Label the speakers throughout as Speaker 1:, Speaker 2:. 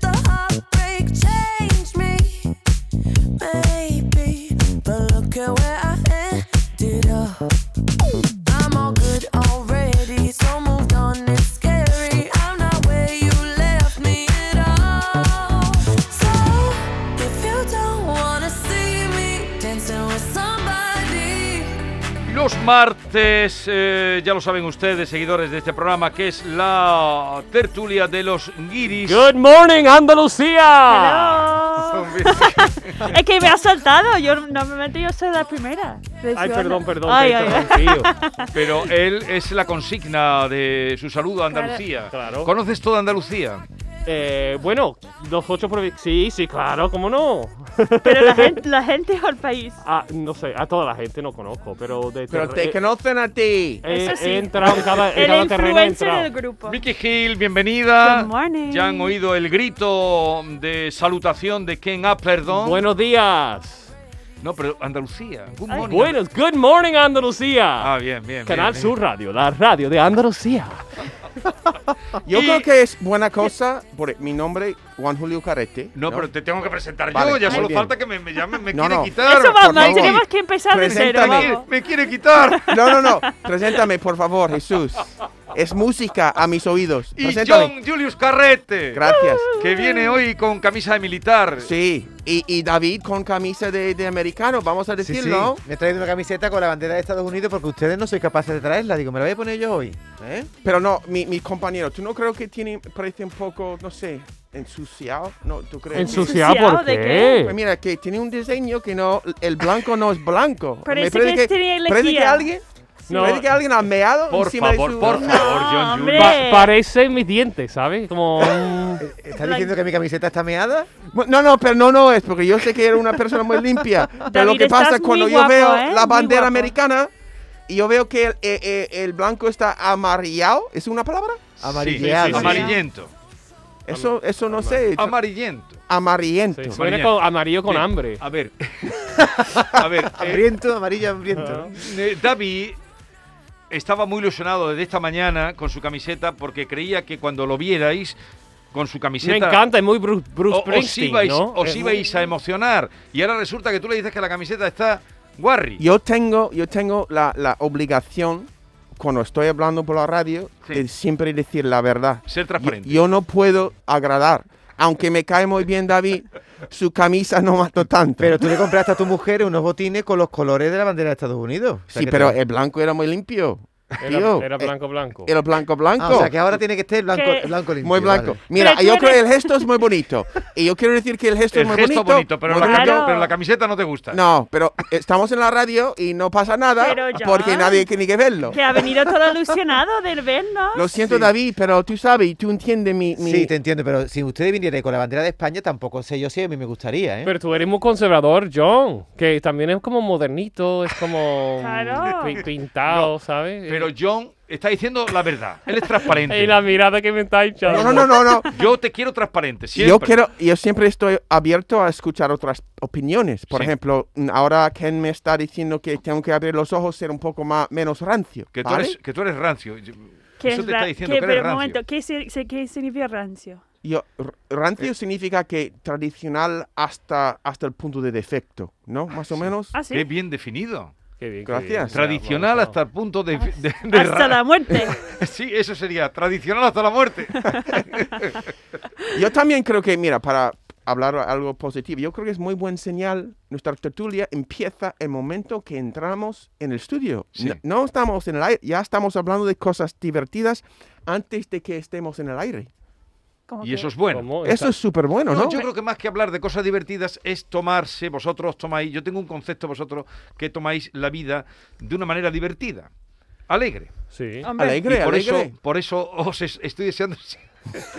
Speaker 1: the heartbreak change me? Maybe. But look at where I ended up. I'm all good already. So moved on, it's scary. I'm not where you left me at all. So if you don't wanna see me dancing with somebody,
Speaker 2: Los martes, eh, ya lo saben ustedes, seguidores de este programa, que es la tertulia de los guiris.
Speaker 3: Good morning, Andalucía.
Speaker 4: Hello. es que me ha saltado. Yo normalmente yo soy la primera.
Speaker 3: Ay, perdón, perdón.
Speaker 4: Ay,
Speaker 3: que
Speaker 4: ay,
Speaker 3: esto es un tío.
Speaker 2: Pero él es la consigna de su saludo a Andalucía.
Speaker 3: Claro.
Speaker 2: ¿Conoces toda Andalucía?
Speaker 3: Eh, bueno, los ocho provincias. Sí, sí, claro, cómo no.
Speaker 4: Pero la gente, la gente o el país.
Speaker 3: Ah, no sé, a toda la gente no conozco, pero de
Speaker 5: Pero te
Speaker 2: Eh,
Speaker 3: terre-
Speaker 5: conocen a ti.
Speaker 3: eh,
Speaker 4: Eso sí.
Speaker 3: he entrado en cada, en
Speaker 4: El
Speaker 3: cada terreno. he
Speaker 4: influencer
Speaker 3: entrado.
Speaker 4: del grupo.
Speaker 2: Vicky Hill, bienvenida.
Speaker 4: Pues- Good morning.
Speaker 2: Ya han oído el grito de salutación de Ken Appleton.
Speaker 3: Buenos días.
Speaker 2: No, pero Andalucía. Good morning.
Speaker 3: Buenos, good morning, Andalucía.
Speaker 2: Ah, bien, bien.
Speaker 3: Canal
Speaker 2: bien, bien.
Speaker 3: Sur Radio, la radio de Andalucía.
Speaker 5: Yo
Speaker 2: Y-
Speaker 5: creo que es buena cosa por mi nombre, Juan Julio Carrete.
Speaker 2: No, pero te tengo que presentar yo.
Speaker 5: Vale,
Speaker 2: Ya
Speaker 5: muy
Speaker 2: solo
Speaker 5: bien.
Speaker 2: falta que me, me llamen, me
Speaker 5: No,
Speaker 2: quiere
Speaker 5: no.
Speaker 2: quitar.
Speaker 4: Eso va
Speaker 5: por
Speaker 4: mal.
Speaker 5: favor.
Speaker 4: Tenemos que empezar de cero.
Speaker 2: me,
Speaker 5: Preséntame.
Speaker 2: quiere,
Speaker 4: vamos.
Speaker 2: me quiere quitar.
Speaker 5: No, no, no. Preséntame, por favor, Jesús. Es música a mis oídos.
Speaker 2: Y
Speaker 5: Preséntame.
Speaker 2: John Julius Carrete.
Speaker 5: Gracias.
Speaker 2: que viene hoy con camisa de militar.
Speaker 5: Sí. Y, y David con camisa de, de americano, vamos a
Speaker 6: Sí,
Speaker 5: decirlo.
Speaker 6: sí. Me he traído una camiseta con la bandera de Estados Unidos porque ustedes no sois capaces de traerla. Digo, me la voy a poner yo hoy. ¿eh?
Speaker 5: Pero no, mi, mi compañero, ¿tú no creo que tiene, parece un poco, no sé, ensuciado? No, ¿tú crees?
Speaker 3: Ensuciado, ¿por
Speaker 4: ¿de
Speaker 3: qué?
Speaker 5: Pues mira, que tiene un diseño que no, el blanco no es blanco.
Speaker 4: Parece que tiene lejía.
Speaker 5: parece que alguien,
Speaker 3: No.
Speaker 5: parece que alguien ha meado
Speaker 2: Por
Speaker 5: encima
Speaker 2: favor,
Speaker 5: de su...
Speaker 2: por favor,
Speaker 4: No,
Speaker 2: John
Speaker 4: hombre.
Speaker 2: Julius.
Speaker 3: Pa- parecen mis dientes, ¿sabes? Como un-
Speaker 6: ¿Estás diciendo que mi camiseta está meada?
Speaker 5: Bueno, No, no, pero no, no es, porque yo sé que era una persona muy limpia. pero lo
Speaker 4: David,
Speaker 5: que pasa
Speaker 4: estás
Speaker 5: es cuando
Speaker 4: muy
Speaker 5: yo
Speaker 4: guapo,
Speaker 5: veo
Speaker 4: ¿eh? Muy
Speaker 5: la bandera
Speaker 4: guapo.
Speaker 5: americana y yo veo que el, eh, eh, el blanco está amarillado, ¿es una palabra?
Speaker 6: Amarilleado.
Speaker 2: Sí, sí, sí. Amarillento.
Speaker 5: Eso, eso no sé,
Speaker 2: Amarillento.
Speaker 5: amarillento.
Speaker 2: Pues
Speaker 3: Sí, suena con- amarillo con
Speaker 2: Bien,
Speaker 3: hambre.
Speaker 2: A ver. A ver. eh,
Speaker 6: Hambriento, amarillo,
Speaker 5: Ah.
Speaker 6: hambriento.
Speaker 2: eh, David estaba muy ilusionado desde esta mañana con su camiseta porque creía que cuando lo vierais con su camiseta.
Speaker 3: Me encanta, es muy Bruce, Bruce
Speaker 2: o- os
Speaker 3: Springsteen,
Speaker 2: ibais,
Speaker 3: ¿no?
Speaker 2: os
Speaker 3: Es muy-
Speaker 2: ibais a emocionar. Y ahora resulta que tú le dices que la camiseta está guarri.
Speaker 5: Yo tengo, yo tengo la, la obligación, cuando estoy hablando por la radio,
Speaker 2: Sí.
Speaker 5: de siempre decir la verdad.
Speaker 2: Ser
Speaker 5: Yo,
Speaker 2: transparente.
Speaker 5: yo no puedo agradar. Aunque me cae muy bien David, su camisa no mató tanto.
Speaker 6: Pero tú le compraste a tu mujer unos botines con los colores de la bandera de Estados Unidos. O sea
Speaker 5: sí,
Speaker 6: que
Speaker 5: pero
Speaker 6: te-
Speaker 5: el blanco era muy limpio.
Speaker 3: Era,
Speaker 5: Tío,
Speaker 3: era
Speaker 5: eh,
Speaker 3: blanco, blanco.
Speaker 5: Era blanco, blanco.
Speaker 6: Ah, o sea que ahora tiene que estar blanco,
Speaker 4: Que-
Speaker 6: blanco limpio.
Speaker 5: Muy blanco.
Speaker 6: vale.
Speaker 5: Mira,
Speaker 4: Pero tú
Speaker 5: yo creo que
Speaker 4: eres-
Speaker 5: el gesto es muy bonito. Y yo quiero decir que el gesto
Speaker 2: El
Speaker 5: es muy
Speaker 2: gesto
Speaker 5: bonito.
Speaker 2: bonito, pero,
Speaker 5: muy
Speaker 2: la,
Speaker 4: bonito.
Speaker 2: cami- pero la camiseta no te gusta.
Speaker 5: No, pero estamos en la radio y no pasa nada
Speaker 4: Pero ya.
Speaker 5: porque nadie tiene que verlo.
Speaker 4: Que ha venido todo ilusionado del vernos.
Speaker 5: Lo siento, David, pero tú sabes y tú entiendes mi... mi-
Speaker 6: Sí, te entiendo, pero si ustedes vinieran con la bandera de España, tampoco sé yo si a mí me gustaría, ¿eh?
Speaker 3: Pero tú eres muy conservador, John, que también es como modernito, es como
Speaker 4: Claro.
Speaker 3: pi- pintado, ¿sabes?
Speaker 2: Pero John está diciendo la verdad. Él es transparente.
Speaker 3: y la mirada que me está echando.
Speaker 5: No, no, no, no, no.
Speaker 2: Yo te quiero transparente. Siempre.
Speaker 5: Yo quiero, yo siempre estoy abierto a escuchar otras opiniones. Por
Speaker 2: Sí.
Speaker 5: ejemplo, mm, ahora Ken me está diciendo que tengo que abrir los ojos, ser un poco más menos rancio.
Speaker 2: Que tú,
Speaker 5: ¿vale?
Speaker 2: eres, que tú eres rancio. Yo-
Speaker 4: Que
Speaker 2: Eso
Speaker 4: es
Speaker 2: te
Speaker 4: ra-
Speaker 2: está diciendo
Speaker 4: que-
Speaker 2: que
Speaker 4: pero
Speaker 2: eres
Speaker 4: un
Speaker 2: rancio.
Speaker 4: momento, ¿qué, se- se- qué significa rancio?
Speaker 5: Yo, r-
Speaker 2: Eh.
Speaker 5: rancio significa que tradicional hasta, hasta el punto de defecto, ¿no? Más o menos.
Speaker 4: Ah, sí.
Speaker 2: Qué bien definido.
Speaker 3: Qué bien, qué
Speaker 5: Gracias.
Speaker 3: bien.
Speaker 2: Tradicional
Speaker 3: Bueno,
Speaker 2: hasta el punto de, de- de ra-
Speaker 4: Hasta la muerte.
Speaker 2: Sí, eso sería. Tradicional hasta la muerte.
Speaker 5: Yo también creo que, mira, para hablar algo positivo, yo creo que es muy buen señal. Nuestra tertulia empieza el momento que entramos en el estudio.
Speaker 2: Sí.
Speaker 5: No, no estamos en el aire, ya estamos hablando de cosas divertidas antes de que estemos en el aire.
Speaker 4: Como
Speaker 2: Y
Speaker 4: que-
Speaker 2: eso es bueno.
Speaker 3: ¿cómo
Speaker 5: Eso
Speaker 3: está?
Speaker 5: es súper bueno,
Speaker 2: No,
Speaker 5: ¿no?
Speaker 2: yo creo que más que hablar de cosas divertidas es tomarse, vosotros tomáis, yo tengo un concepto vosotros que tomáis la vida de una manera divertida, alegre.
Speaker 3: Sí.
Speaker 4: Hombre,
Speaker 5: Alegre,
Speaker 2: y por
Speaker 5: alegre.
Speaker 2: eso, por eso os es- estoy deseando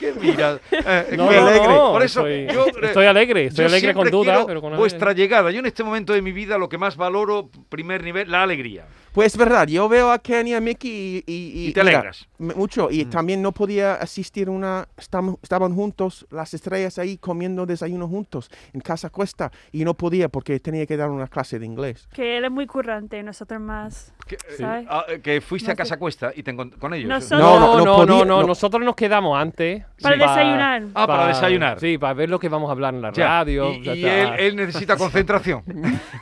Speaker 2: ¿Qué mira? Eh,
Speaker 3: No,
Speaker 2: que-
Speaker 3: no,
Speaker 5: alegre.
Speaker 3: no,
Speaker 2: Por eso
Speaker 3: estoy,
Speaker 2: yo, eh,
Speaker 3: estoy alegre, estoy
Speaker 2: Yo
Speaker 3: alegre con
Speaker 2: siempre
Speaker 3: duda,
Speaker 2: quiero
Speaker 3: pero con
Speaker 2: vuestra llegada. Yo en este momento de mi vida lo que más valoro, primer nivel, la alegría.
Speaker 5: Pues es verdad, yo veo a Kenny, a Mickey y...
Speaker 2: Y te alegras. Mm.
Speaker 5: m- Mucho, y también no podía asistir una... estam- Estaban juntos, las estrellas ahí comiendo desayuno juntos en Casa Cuesta, y no podía porque tenía que dar una clase de inglés.
Speaker 4: Que él es muy currante y nosotros más.
Speaker 2: Que, eh,
Speaker 4: ¿Sabes?
Speaker 2: ah, eh, que fuiste
Speaker 4: No
Speaker 2: a
Speaker 4: sé.
Speaker 2: Casa Cuesta y te encont- con ellos.
Speaker 4: No
Speaker 2: ¿eh?
Speaker 4: soy-
Speaker 3: No, no, no,
Speaker 5: no,
Speaker 3: no,
Speaker 5: podía- no.
Speaker 3: nosotros nos quedamos antes.
Speaker 4: Para desayunar.
Speaker 2: Ah, para desayunar.
Speaker 3: Sí, para ver lo que vamos a hablar en la
Speaker 2: Ya.
Speaker 3: radio.
Speaker 2: Y,
Speaker 3: ya
Speaker 2: y él,
Speaker 3: está.
Speaker 2: él necesita concentración.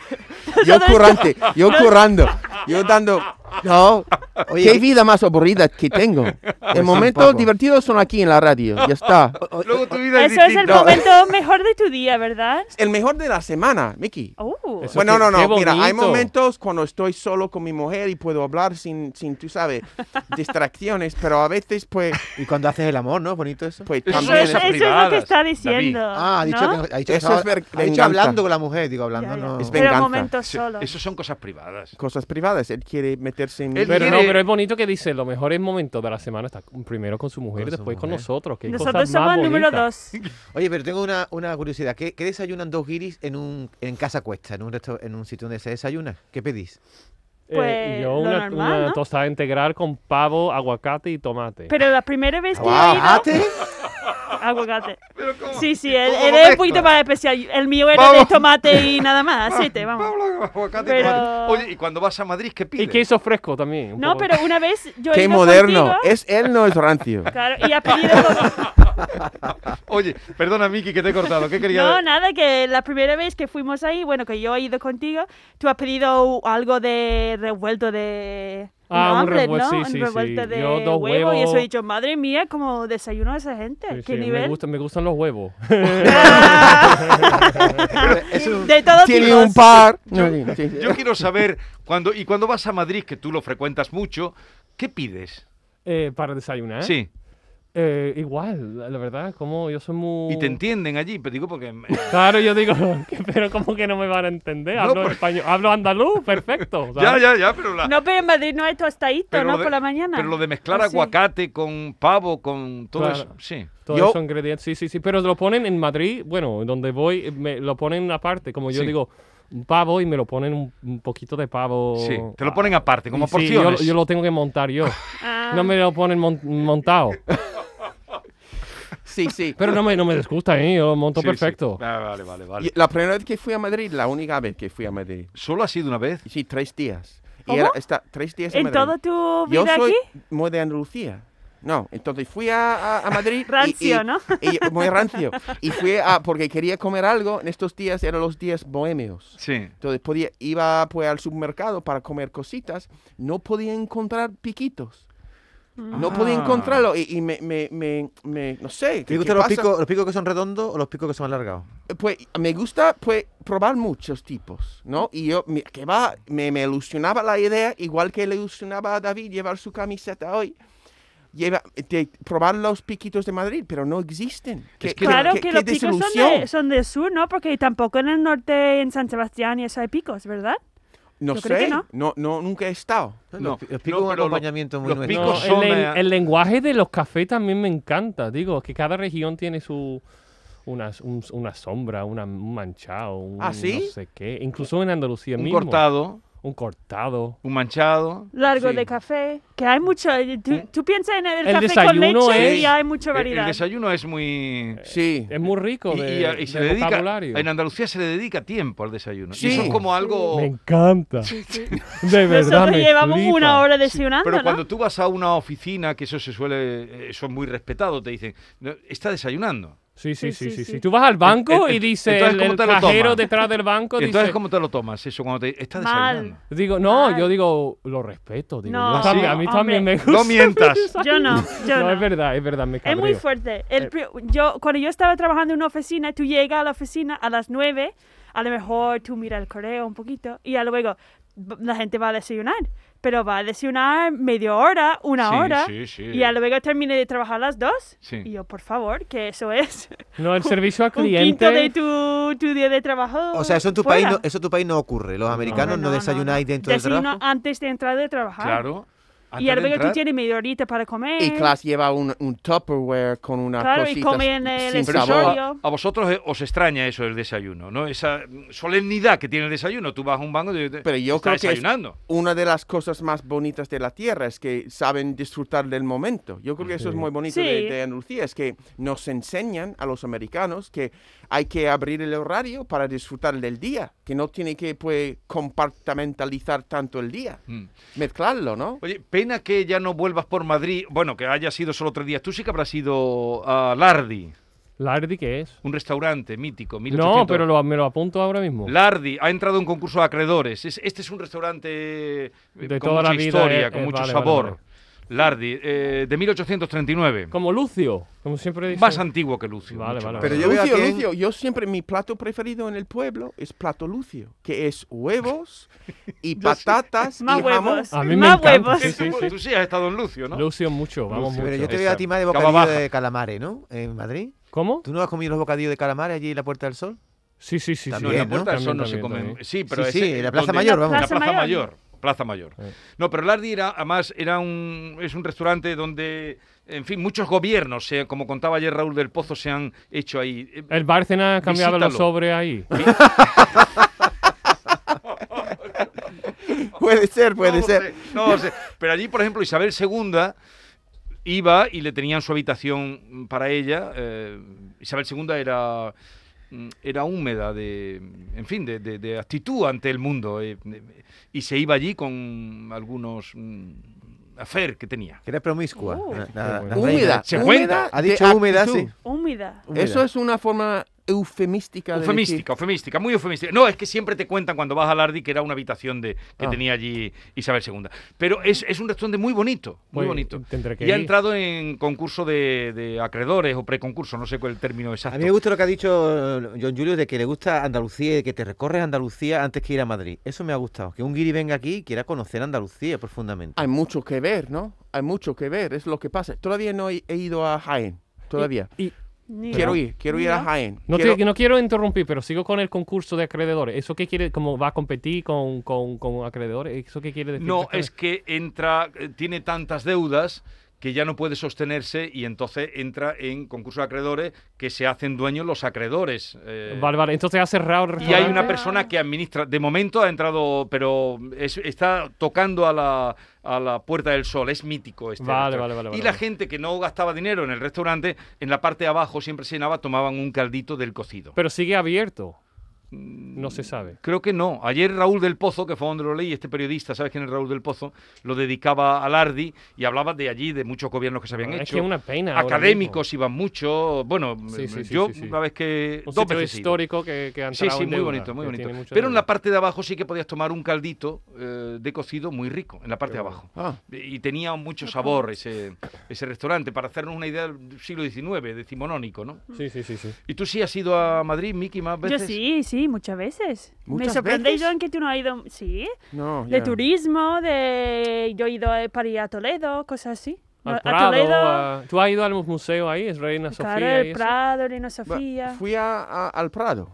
Speaker 5: Yo currante, yo currando, yo dando... No, qué vida más aburrida que tengo. El
Speaker 6: un
Speaker 5: momento
Speaker 6: poco.
Speaker 5: divertido son aquí en la radio, ya está.
Speaker 2: Luego tu vida es
Speaker 4: Eso es el
Speaker 2: distinta.
Speaker 4: momento mejor de tu día, ¿verdad?
Speaker 5: El mejor de la semana, Mickey.
Speaker 4: Oh.
Speaker 3: Eso
Speaker 5: Bueno,
Speaker 3: qué-
Speaker 5: no, no,
Speaker 3: qué
Speaker 5: mira, hay
Speaker 3: bonito.
Speaker 5: momentos cuando estoy solo con mi mujer y puedo hablar sin, sin tú sabes, distracciones, pero a veces pues,
Speaker 6: Y cuando haces el amor, ¿no? Es bonito eso.
Speaker 5: pues
Speaker 2: Eso
Speaker 4: Eso
Speaker 5: también...
Speaker 4: es,
Speaker 2: También.
Speaker 4: eso es lo
Speaker 2: Privadas,
Speaker 4: que está
Speaker 2: David.
Speaker 4: diciendo.
Speaker 6: Ah, ha dicho
Speaker 4: ¿no?
Speaker 6: que. Ha dicho, que
Speaker 5: Eso es
Speaker 6: estaba-
Speaker 5: ver-
Speaker 6: ha dicho
Speaker 5: venganza.
Speaker 6: hablando con la mujer, digo, hablando.
Speaker 4: Ya, ya.
Speaker 6: No.
Speaker 5: Es
Speaker 4: Pero
Speaker 5: venganza.
Speaker 4: momentos
Speaker 2: Sí,
Speaker 4: solo.
Speaker 2: Eso son cosas privadas.
Speaker 5: Cosas privadas, él quiere meterse en... mi-
Speaker 2: Él
Speaker 3: Pero no,
Speaker 2: quiere-
Speaker 3: pero es bonito que dice, los mejores momentos de la semana está primero con su mujer y
Speaker 6: Con su
Speaker 3: después con
Speaker 6: mujer.
Speaker 3: nosotros. qué
Speaker 4: Nosotros
Speaker 3: cosas más
Speaker 4: somos número
Speaker 3: bonitas.
Speaker 4: dos.
Speaker 6: Oye, pero tengo una, una curiosidad. ¿Qué, qué desayunan dos guiris en un en casa cuesta, en un resto- en un sitio donde se desayuna? ¿Qué pedís?
Speaker 3: Eh,
Speaker 4: Pues,
Speaker 3: yo
Speaker 4: lo
Speaker 3: una,
Speaker 4: normal,
Speaker 3: una
Speaker 4: ¿no?
Speaker 3: tostada integral con pavo, aguacate y tomate.
Speaker 4: Pero la primera vez que he ido...
Speaker 6: ¿Aguacate?
Speaker 4: Aguacate.
Speaker 2: Pero ¿cómo?
Speaker 4: Sí, sí, él,
Speaker 2: ¿Cómo
Speaker 4: él
Speaker 2: lo
Speaker 4: es un
Speaker 2: mezcla?
Speaker 4: poquito más especial. El mío era
Speaker 2: Vamos.
Speaker 4: de tomate y nada más, aceite, vamos.
Speaker 2: Pablo, aguacate,
Speaker 4: Pero-
Speaker 2: tomate. Oye, y cuando vas a Madrid, ¿qué pides?
Speaker 3: y queso fresco también. un
Speaker 4: No,
Speaker 3: poco.
Speaker 4: pero una vez yo he
Speaker 5: ¡Qué
Speaker 4: ido
Speaker 5: moderno!
Speaker 4: contigo-
Speaker 5: Es él, no es rancio.
Speaker 4: Claro, y ha pedido... como-
Speaker 2: Oye, perdona, Miki, que te he cortado. ¿Qué quería
Speaker 4: No, nada, que la primera vez que fuimos ahí, bueno, que yo he ido contigo, tú has pedido algo de revuelto de...
Speaker 3: Ah, un
Speaker 4: omelette,
Speaker 3: revuelto,
Speaker 4: ¿no?
Speaker 3: sí,
Speaker 4: Un
Speaker 3: sí,
Speaker 4: revuelto
Speaker 3: sí.
Speaker 4: de
Speaker 3: Yo dos
Speaker 4: huevo, y eso he
Speaker 3: huevos.
Speaker 4: dicho, madre mía, como desayuno a esa gente,
Speaker 3: Sí,
Speaker 4: qué
Speaker 3: sí, Me,
Speaker 4: nivel.
Speaker 3: gustan, me gustan los huevos.
Speaker 6: Es un-
Speaker 4: De todos
Speaker 5: Tiene
Speaker 4: tipos.
Speaker 5: un par... No, sí, sí.
Speaker 2: Yo quiero saber, cuando, y cuando vas a Madrid, que tú lo frecuentas mucho, ¿qué pides?
Speaker 3: Eh, para desayunar.
Speaker 2: Sí,
Speaker 3: Eh, igual, la la verdad, como yo soy muy...
Speaker 2: y te entienden allí, pero digo porque...
Speaker 3: Claro, yo digo, que- pero ¿cómo que no me van a entender?
Speaker 2: No,
Speaker 3: Hablo
Speaker 2: por-
Speaker 3: español, hablo andaluz, perfecto.
Speaker 2: Ya,
Speaker 3: ¿sabes?
Speaker 2: ya, ya, pero la...
Speaker 4: No, pero en Madrid no hay tostadito,
Speaker 2: pero
Speaker 4: ¿no?
Speaker 2: lo de-
Speaker 4: por la mañana. Pues
Speaker 2: Pero lo de mezclar
Speaker 4: Así.
Speaker 2: aguacate con pavo, con todo
Speaker 3: Claro.
Speaker 2: eso, sí.
Speaker 3: Todos
Speaker 5: Yo-
Speaker 3: esos ingredientes, sí, sí, sí. Pero lo ponen en Madrid, bueno, donde voy, eh, me lo ponen aparte. Como yo
Speaker 2: Sí.
Speaker 3: digo, un pavo y me lo ponen un, un poquito de pavo. Ah,
Speaker 2: Sí, te lo ponen aparte, como
Speaker 3: Oh. Y sí, yo-
Speaker 2: porciones.
Speaker 3: yo, lo tengo que montar yo.
Speaker 4: Ah.
Speaker 3: No me lo ponen mon- montado.
Speaker 5: Sí, sí.
Speaker 3: Pero no me, no me disgusta, ¿eh? Yo lo monto
Speaker 2: Sí, sí.
Speaker 3: perfecto.
Speaker 2: Ah, vale, vale, vale.
Speaker 5: Y La primera vez que fui a Madrid, la única vez que fui a Madrid.
Speaker 2: ¿Solo ha sido una vez?
Speaker 5: Sí, tres días. Y
Speaker 4: ¿Cómo?
Speaker 5: era, está, tres días en,
Speaker 4: ¿En
Speaker 5: Madrid.
Speaker 4: toda tu
Speaker 5: Yo
Speaker 4: vida
Speaker 5: soy
Speaker 4: aquí?
Speaker 5: muy de Andalucía. No, entonces fui a, a- a Madrid. y-
Speaker 4: Rancio,
Speaker 5: y-
Speaker 4: ¿no?
Speaker 5: y- muy rancio. Y fui a, porque quería comer algo. En estos días eran los días bohemios.
Speaker 2: Sí.
Speaker 5: Entonces podía, iba pues, al supermercado para comer cositas. No podía encontrar piquitos. No podía
Speaker 2: Ah.
Speaker 5: encontrarlo y, y me, me, me, me- no sé.
Speaker 6: ¿Te
Speaker 5: ¿qué-
Speaker 6: gustan
Speaker 5: qué
Speaker 6: los
Speaker 5: pasa?
Speaker 6: picos, los picos que son redondos o los picos que son alargados?
Speaker 5: Pues me gusta pues, probar muchos tipos, ¿no? Y yo, mi- que va, me, me ilusionaba la idea, igual que le ilusionaba a David llevar su camiseta hoy. Lleva, de probar los piquitos de Madrid, pero no existen. Qué-
Speaker 2: Es que-
Speaker 5: qué-
Speaker 4: Claro
Speaker 5: qué-
Speaker 4: que
Speaker 5: qué
Speaker 4: los picos son
Speaker 5: desilusión.
Speaker 4: de, son del sur, ¿no? Porque tampoco en el norte, en San Sebastián y eso hay picos, ¿verdad?
Speaker 5: No
Speaker 4: yo
Speaker 5: sé,
Speaker 4: creo que
Speaker 5: no.
Speaker 4: no.
Speaker 5: no, nunca he estado.
Speaker 2: No,
Speaker 6: Los pi- los picos
Speaker 2: no,
Speaker 6: un
Speaker 2: pero lo-
Speaker 6: acompañamiento muy
Speaker 2: los
Speaker 6: nuestro.
Speaker 2: picos
Speaker 3: No,
Speaker 2: son,
Speaker 3: el,
Speaker 2: eh,
Speaker 3: len- el lenguaje de los cafés también me encanta. Digo, que cada región tiene su una, un- una sombra, una, un manchado, un
Speaker 5: ¿Ah, sí?
Speaker 3: no sé qué. Incluso en Andalucía
Speaker 2: Un
Speaker 3: mismo.
Speaker 2: cortado,
Speaker 3: Un cortado.
Speaker 2: un manchado.
Speaker 4: Largo
Speaker 2: Sí.
Speaker 4: de café, que hay mucho. eh, Tú, tú piensas en el,
Speaker 3: El
Speaker 4: café con
Speaker 3: desayuno
Speaker 4: leche
Speaker 3: es-
Speaker 4: y hay mucha
Speaker 2: El, el
Speaker 4: variedad.
Speaker 2: desayuno es muy...
Speaker 3: Eh,
Speaker 5: Sí.
Speaker 4: Eh.
Speaker 3: Es muy rico
Speaker 2: Y,
Speaker 3: de,
Speaker 2: y- y se
Speaker 3: de
Speaker 2: dedica,
Speaker 3: vocabulario.
Speaker 2: en Andalucía se le dedica tiempo al desayuno.
Speaker 5: Sí.
Speaker 2: Y eso es como algo...
Speaker 3: Me encanta. De verdad.
Speaker 4: Nosotros
Speaker 3: me
Speaker 4: llevamos
Speaker 3: flipa.
Speaker 4: una hora
Speaker 2: Sí,
Speaker 4: desayunando,
Speaker 2: pero
Speaker 4: ¿no?
Speaker 2: cuando tú vas a una oficina, que eso se suele, eh, eso es muy respetado, te dicen, "No, está desayunando.
Speaker 3: Sí, sí, sí,
Speaker 4: Sí,
Speaker 3: sí,
Speaker 4: sí,
Speaker 3: sí.
Speaker 4: sí.
Speaker 3: Tú vas al banco
Speaker 2: En- en-
Speaker 3: y dice
Speaker 2: Eh, entonces,
Speaker 3: el,
Speaker 2: ¿cómo
Speaker 3: el
Speaker 2: te lo
Speaker 3: cajero
Speaker 2: tomas?
Speaker 3: detrás del banco dice.
Speaker 2: Entonces, ¿cómo te lo tomas eso cuando te está
Speaker 4: Mal.
Speaker 2: desayunando?
Speaker 3: Digo, no,
Speaker 4: Ay.
Speaker 3: yo digo, lo respeto. Digo,
Speaker 4: No,
Speaker 3: yo también- a mí
Speaker 4: hombre.
Speaker 3: también me gusta.
Speaker 2: No mientas.
Speaker 4: Yo no, yo
Speaker 3: No,
Speaker 4: no.
Speaker 3: es verdad, es verdad, me
Speaker 4: Es
Speaker 3: cabreo.
Speaker 4: muy fuerte.
Speaker 2: Eh.
Speaker 4: El pri- yo, cuando yo estaba trabajando en una oficina, tú llegas a la oficina a las 9, a lo mejor tú miras el correo un poquito y ya luego b- la gente va a desayunar. Pero va a desayunar media hora, una
Speaker 2: Sí,
Speaker 4: hora.
Speaker 2: sí, sí.
Speaker 4: Y ya luego termine de trabajar a las 2.
Speaker 2: Sí.
Speaker 4: Y yo, por favor, que eso es
Speaker 3: No, el servicio al
Speaker 4: un quinto
Speaker 3: cliente.
Speaker 4: de tu, tu día de trabajo.
Speaker 6: O sea, eso en tu
Speaker 4: fuera.
Speaker 6: país no, eso en tu país no ocurre. Los americanos no, desayunáis dentro del
Speaker 4: Desayuno
Speaker 6: trabajo.
Speaker 4: antes de entrar de trabajar.
Speaker 2: Claro.
Speaker 4: Ah.
Speaker 2: Antes
Speaker 4: Y
Speaker 2: de
Speaker 4: ahora luego tú
Speaker 2: entrar,
Speaker 4: tienes media horita para comer.
Speaker 5: Y Klaas lleva un, un Tupperware con una
Speaker 4: Claro, y
Speaker 5: cosita
Speaker 4: come en el
Speaker 5: sin
Speaker 2: pero eso
Speaker 5: sabor.
Speaker 4: escritorio.
Speaker 2: a, a vosotros eh, os extraña eso del desayuno, ¿no? Esa mm, solemnidad que tiene el desayuno. Tú vas a un banco y te-
Speaker 5: Pero yo
Speaker 2: estás
Speaker 5: creo que es-
Speaker 2: desayunando.
Speaker 5: Una de las cosas más bonitas de la tierra es que saben disfrutar del momento. Yo creo que eso es muy bonito
Speaker 4: Sí.
Speaker 5: de, de Andalucía, es que nos enseñan a los americanos que hay que abrir el horario para disfrutar del día, que no tiene que pues, compartamentalizar tanto el día,
Speaker 2: Mm.
Speaker 5: mezclarlo, ¿no?
Speaker 6: Pues,
Speaker 2: Oye, pena que ya no vuelvas por Madrid. Bueno, que haya sido solo tres días. Tú sí que habrás ido a Lardi,
Speaker 3: ¿Lardi qué es?
Speaker 2: un restaurante mítico. 1800.
Speaker 3: No, pero lo- me lo apunto ahora mismo.
Speaker 2: Lardi ha entrado en un concurso de acreedores. Es- este es un restaurante eh,
Speaker 3: De
Speaker 2: con
Speaker 3: toda
Speaker 2: mucha
Speaker 3: la vida,
Speaker 2: historia,
Speaker 3: eh,
Speaker 2: con
Speaker 3: eh,
Speaker 2: mucho
Speaker 3: vale, vale,
Speaker 2: sabor.
Speaker 3: vale.
Speaker 2: Lardi, eh, de 1839.
Speaker 3: Como Lucio, como siempre dice.
Speaker 2: Más antiguo que Lucio.
Speaker 3: Vale,
Speaker 2: mucho
Speaker 3: vale,
Speaker 2: más.
Speaker 6: Pero yo veo
Speaker 5: Lucio,
Speaker 6: aquí un-
Speaker 5: Lucio, yo siempre mi plato preferido en el pueblo es plato Lucio, que es huevos y patatas y
Speaker 4: Más
Speaker 5: jamón.
Speaker 4: huevos.
Speaker 3: A mí me
Speaker 4: más
Speaker 3: encanta,
Speaker 4: huevos.
Speaker 3: sí, sí.
Speaker 2: Tú sí has estado en Lucio, ¿no?
Speaker 3: Lucio mucho, vamos
Speaker 2: Lucio,
Speaker 6: Pero
Speaker 3: mucho.
Speaker 6: yo te
Speaker 2: Esa.
Speaker 6: veo a ti más de
Speaker 2: Cava
Speaker 6: bocadillo
Speaker 2: baja.
Speaker 6: de calamares, ¿no? En Madrid.
Speaker 3: ¿Cómo?
Speaker 6: ¿Tú no has comido los bocadillos de calamares allí en la Puerta del Sol?
Speaker 3: Sí, sí, sí.
Speaker 2: No,
Speaker 6: También,
Speaker 2: en
Speaker 3: sí.
Speaker 2: la puerta del sol
Speaker 3: También,
Speaker 2: no se
Speaker 3: también,
Speaker 2: comen.
Speaker 3: también.
Speaker 2: Sí, pero
Speaker 6: Sí,
Speaker 2: es
Speaker 6: sí, en la Plaza
Speaker 2: donde-
Speaker 6: Mayor, vamos.
Speaker 2: En la
Speaker 4: Plaza
Speaker 2: Plaza
Speaker 4: Mayor.
Speaker 2: Mayor. Plaza Mayor.
Speaker 3: Eh.
Speaker 2: No, pero Lardi era, además era un, es un restaurante donde, en fin, muchos gobiernos, eh, como contaba ayer Raúl del Pozo, se han hecho ahí. Eh,
Speaker 3: El Bárcena cambiaba los
Speaker 2: Visítalo.
Speaker 3: sobres ahí.
Speaker 5: Puede ser, puede
Speaker 2: no
Speaker 5: ser.
Speaker 6: eh.
Speaker 2: sé, no sé. Pero allí, por ejemplo, Isabel II iba y le tenían su habitación para ella. eh, Isabel II era mm, era húmeda de en fin de, de- de actitud ante el mundo eh, eh, y se iba allí con algunos mm, affair que tenía
Speaker 6: Que era promiscua.
Speaker 4: Uh.
Speaker 6: La- la-
Speaker 3: Qué bueno.
Speaker 6: la reina.
Speaker 5: Húmeda.
Speaker 2: Se
Speaker 5: húmeda
Speaker 2: cuenta.
Speaker 6: Ha
Speaker 5: de
Speaker 6: dicho húmeda,
Speaker 5: actitud.
Speaker 6: sí.
Speaker 4: Húmeda.
Speaker 6: Húmeda.
Speaker 5: Eso es una forma eufemística de
Speaker 2: Eufemística, eufemística, muy eufemística. No, es que siempre te cuentan cuando vas a Lardi que era una habitación de, que
Speaker 5: Ah.
Speaker 2: tenía allí Isabel II. Pero es, es un restaurante muy bonito, muy
Speaker 3: Pues,
Speaker 2: bonito.
Speaker 3: tendré que
Speaker 2: Y ha
Speaker 3: ir.
Speaker 2: entrado en concurso de, de acreedores o preconcurso, no sé cuál es el término
Speaker 6: A
Speaker 2: exacto.
Speaker 6: mí me gusta lo que ha dicho eh, John Julius de que le gusta Andalucía y de que te recorres Andalucía antes que ir a Madrid. Eso me ha gustado. Que un guiri venga aquí y quiera conocer Andalucía profundamente.
Speaker 5: decir.
Speaker 2: Ah.
Speaker 5: Hay mucho que ver, ¿no? Hay mucho que ver, es lo que pasa. Todavía no he, he ido a Jaén, todavía.
Speaker 3: Y-
Speaker 4: Ni
Speaker 5: quiero
Speaker 4: no.
Speaker 5: ir, quiero ir a
Speaker 4: No.
Speaker 5: Jaén.
Speaker 3: No,
Speaker 5: quiero-
Speaker 3: te- no quiero interrumpir, pero sigo con el concurso de acreedores. ¿Eso qué quiere? ¿Cómo va a competir con, con, con acreedores? ¿Eso qué quiere decir?
Speaker 2: No,
Speaker 3: exactamente?
Speaker 2: es que entra, eh, tiene tantas deudas que ya no puede sostenerse y entonces entra en concurso de acreedores que se hacen dueños los acreedores. eh,
Speaker 3: Vale, vale. Entonces ha cerrado el
Speaker 2: Y hay una
Speaker 3: restaurante.
Speaker 2: persona que administra, de momento ha entrado, pero es- está tocando a la, a la Puerta del Sol, es mítico este.
Speaker 3: Vale,
Speaker 2: restaurante.
Speaker 3: vale, vale,
Speaker 2: y
Speaker 3: vale,
Speaker 2: la
Speaker 3: vale.
Speaker 2: gente que no gastaba dinero en el restaurante, en la parte de abajo siempre se llenaba, tomaban un caldito del cocido.
Speaker 3: Pero sigue abierto. No se sabe.
Speaker 2: Creo que no. Ayer Raúl del Pozo, que fue donde lo leí, este periodista, ¿sabes quién es Raúl del Pozo? Lo dedicaba al Ardi y hablaba de allí, de muchos gobiernos que se habían
Speaker 3: Es
Speaker 2: hecho.
Speaker 3: que es una pena ahora
Speaker 2: Académicos iban mucho. Bueno,
Speaker 3: Sí, sí, sí,
Speaker 2: yo
Speaker 3: sí, sí.
Speaker 2: una vez que...
Speaker 3: Un
Speaker 2: dos veces
Speaker 3: sitio
Speaker 2: he ido.
Speaker 3: histórico que, que ha
Speaker 2: Sí,
Speaker 3: entrado
Speaker 2: sí,
Speaker 3: en
Speaker 2: muy
Speaker 3: deuda,
Speaker 2: bonito, muy
Speaker 3: que
Speaker 2: bonito.
Speaker 3: tiene mucha
Speaker 2: Pero en la
Speaker 3: deuda.
Speaker 2: parte de abajo sí que podías tomar un caldito eh, de cocido muy rico, en la parte de abajo.
Speaker 5: Ah,
Speaker 2: Y tenía mucho sabor ese, ese restaurante, para hacernos una idea del siglo XIX, decimonónico, ¿no?
Speaker 3: Sí, sí, sí, sí.
Speaker 2: ¿Y tú sí has ido a Madrid, Miki, más
Speaker 4: Yo
Speaker 2: veces?
Speaker 4: sí, sí, muchas veces.
Speaker 5: ¿Muchas
Speaker 4: me sorprende,
Speaker 5: veces?
Speaker 4: John, que tú no has ido. Sí,
Speaker 5: no,
Speaker 4: de
Speaker 5: ya.
Speaker 4: turismo, de. Yo he ido a- para ir a Toledo, cosas así.
Speaker 3: Al
Speaker 4: No,
Speaker 3: Prado,
Speaker 4: Ah, a Toledo.
Speaker 3: a- ¿Tú has ido al museo ahí? ¿Es Reina
Speaker 4: claro,
Speaker 3: Sofía?
Speaker 4: el
Speaker 3: y, eso?
Speaker 4: Prado, Reina
Speaker 5: Ba-
Speaker 4: Sofía.
Speaker 5: Fui a, a- al Prado.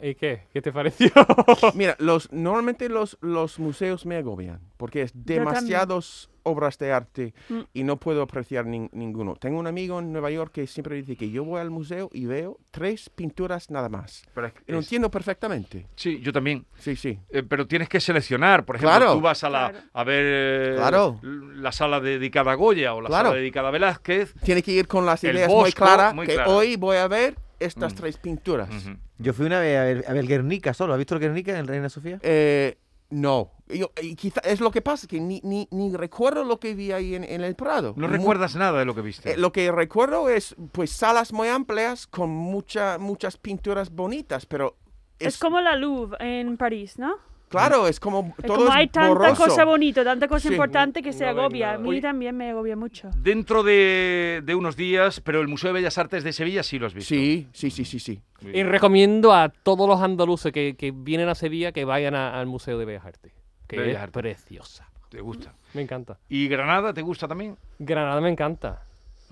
Speaker 3: ¿Y qué? ¿Qué te pareció?
Speaker 5: Mira, los, normalmente los, los museos me agobian porque es
Speaker 4: también.
Speaker 5: demasiadas obras de arte
Speaker 4: Mm.
Speaker 5: y no puedo apreciar nin- ninguno. Tengo un amigo en Nueva York que siempre dice que yo voy al museo y veo tres pinturas nada más.
Speaker 2: Pero es-
Speaker 5: Lo
Speaker 2: es-
Speaker 5: entiendo perfectamente.
Speaker 2: sí, yo también.
Speaker 5: Sí, sí.
Speaker 2: Eh, pero tienes que seleccionar, por ejemplo,
Speaker 5: Claro.
Speaker 2: tú vas a, la,
Speaker 4: Claro.
Speaker 2: a ver eh,
Speaker 5: Claro.
Speaker 2: la sala dedicada a Goya o la
Speaker 5: Claro.
Speaker 2: sala dedicada a Velázquez.
Speaker 5: Tiene que ir con las
Speaker 2: El
Speaker 5: ideas muy
Speaker 2: Bosco,
Speaker 5: claras
Speaker 2: muy
Speaker 5: que
Speaker 2: claras.
Speaker 5: hoy voy a ver estas
Speaker 2: Mm.
Speaker 5: tres pinturas.
Speaker 2: Ujú.
Speaker 6: Yo fui una vez a ver, a ver Guernica solo. ¿Has visto el Guernica en el Reina Sofía?
Speaker 5: Eh, no. Yo, y quizá es lo que pasa, que ni, ni, ni recuerdo lo que vi ahí en, en el Prado.
Speaker 2: No
Speaker 5: Mu-
Speaker 2: recuerdas nada de lo que viste.
Speaker 5: eh, lo que recuerdo es pues salas muy amplias con mucha, muchas pinturas bonitas, pero
Speaker 4: es,
Speaker 5: es,
Speaker 4: como la Louvre en París, ¿no?
Speaker 5: claro, es como
Speaker 4: Es
Speaker 5: todo
Speaker 4: como
Speaker 5: es
Speaker 4: hay tanta
Speaker 5: borroso.
Speaker 4: cosa bonita, tanta cosa
Speaker 5: Sí.
Speaker 4: importante que se
Speaker 3: No ves
Speaker 4: agobia. A
Speaker 3: nada.
Speaker 4: mí
Speaker 3: Oye.
Speaker 4: también me agobia mucho.
Speaker 2: Dentro de, de unos días, pero el Museo de Bellas Artes de Sevilla sí lo has visto.
Speaker 5: Sí, sí, sí, sí, sí.
Speaker 2: Muy
Speaker 3: y
Speaker 2: bien.
Speaker 3: recomiendo a todos los andaluces que, que vienen a Sevilla que vayan a- al Museo de Bellas Artes, que
Speaker 2: Bellas
Speaker 3: es
Speaker 2: Artes.
Speaker 3: preciosa.
Speaker 2: Te gusta.
Speaker 3: Me encanta.
Speaker 2: ¿Y Granada te gusta también?
Speaker 3: Granada me encanta.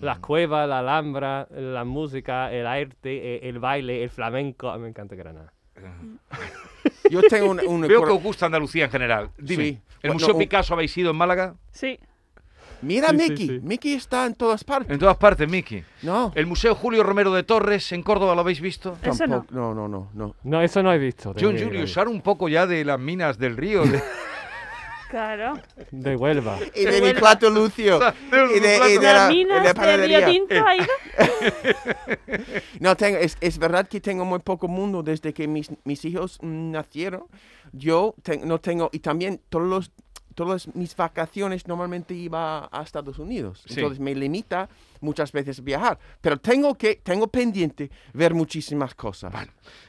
Speaker 3: Las cuevas, la alhambra, la música, el arte, eh, el baile, el flamenco. Ah, Me encanta Granada.
Speaker 5: Yo tengo un, un
Speaker 2: Veo que
Speaker 5: recuerdo-
Speaker 2: os gusta Andalucía en general. Dime,
Speaker 5: Sí.
Speaker 2: ¿el
Speaker 5: Bueno,
Speaker 2: Museo
Speaker 5: un-
Speaker 2: Picasso habéis ido en Málaga?
Speaker 4: Sí.
Speaker 5: Mira
Speaker 3: Sí, sí,
Speaker 5: Mickey,
Speaker 3: sí.
Speaker 5: Mickey está en todas partes.
Speaker 2: En todas partes, Miki.
Speaker 5: No,
Speaker 2: El Museo Julio Romero de Torres en Córdoba, ¿lo habéis visto?
Speaker 4: Eso no.
Speaker 5: tampoco- no, no, no, no.
Speaker 3: No, eso no he visto. tengo
Speaker 2: John
Speaker 3: que ir
Speaker 2: Julio,
Speaker 3: ahí.
Speaker 2: usar un poco ya de las minas del río. de-
Speaker 4: Claro.
Speaker 3: De Huelva.
Speaker 5: Y de mi plato Lucio.
Speaker 2: de
Speaker 5: Y de, y de
Speaker 2: plato.
Speaker 5: la,
Speaker 4: Las
Speaker 5: y de
Speaker 4: minas de
Speaker 5: panadería. Eh.
Speaker 4: Riotinto ha ido.
Speaker 5: No, tengo, es, es verdad que tengo muy poco mundo desde que mis, mis hijos mm, nacieron. Yo te- no tengo, y también todos los- todas mis vacaciones normalmente iba a Estados Unidos.
Speaker 2: Sí.
Speaker 5: Entonces me limita muchas veces viajar. Pero tengo que, tengo pendiente ver muchísimas cosas.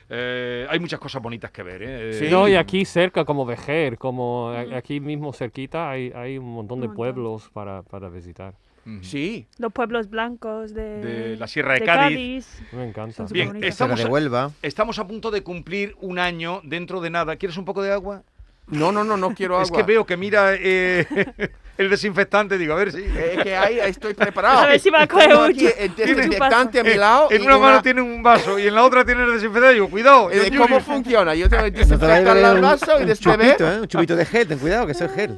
Speaker 2: Eh, hay muchas cosas bonitas que ver, ¿eh?
Speaker 5: Sí.
Speaker 2: Eh,
Speaker 3: No, y aquí cerca, como Vejer, como a- aquí mismo cerquita, hay, hay un montón de
Speaker 4: Un montón.
Speaker 3: pueblos para, para visitar.
Speaker 2: ujú.
Speaker 5: Sí.
Speaker 4: Los pueblos blancos de,
Speaker 2: De la Sierra de
Speaker 4: de
Speaker 2: Cádiz.
Speaker 3: Me encanta.
Speaker 4: Son súper
Speaker 2: Bien,
Speaker 4: bonito.
Speaker 6: Sierra
Speaker 2: estamos
Speaker 6: de
Speaker 2: a,
Speaker 6: Huelva.
Speaker 2: estamos a punto de cumplir un año dentro de nada. ¿Quieres un poco de agua?
Speaker 5: No, no, no, no quiero agua.
Speaker 2: Es que veo que mira eh, el desinfectante, digo, a ver si...
Speaker 5: Eh, que ahí estoy preparado.
Speaker 4: A ver si va a coger
Speaker 5: Tengo aquí
Speaker 4: mucho.
Speaker 5: el
Speaker 4: Tiene-
Speaker 5: desinfectante a mi lado.
Speaker 2: Eh, en
Speaker 5: y
Speaker 2: una mano tiene un vaso y en la otra tiene el desinfectante. Digo, cuidado.
Speaker 5: eh, de
Speaker 2: John
Speaker 5: ¿Cómo
Speaker 2: Julius.
Speaker 5: funciona? Yo tengo que
Speaker 6: No te vayas a
Speaker 5: desinfectar
Speaker 6: beber
Speaker 5: el brazo y
Speaker 6: un
Speaker 5: después ver.
Speaker 6: chupito, ¿eh? Un chupito de gel, ten cuidado, que eso es gel.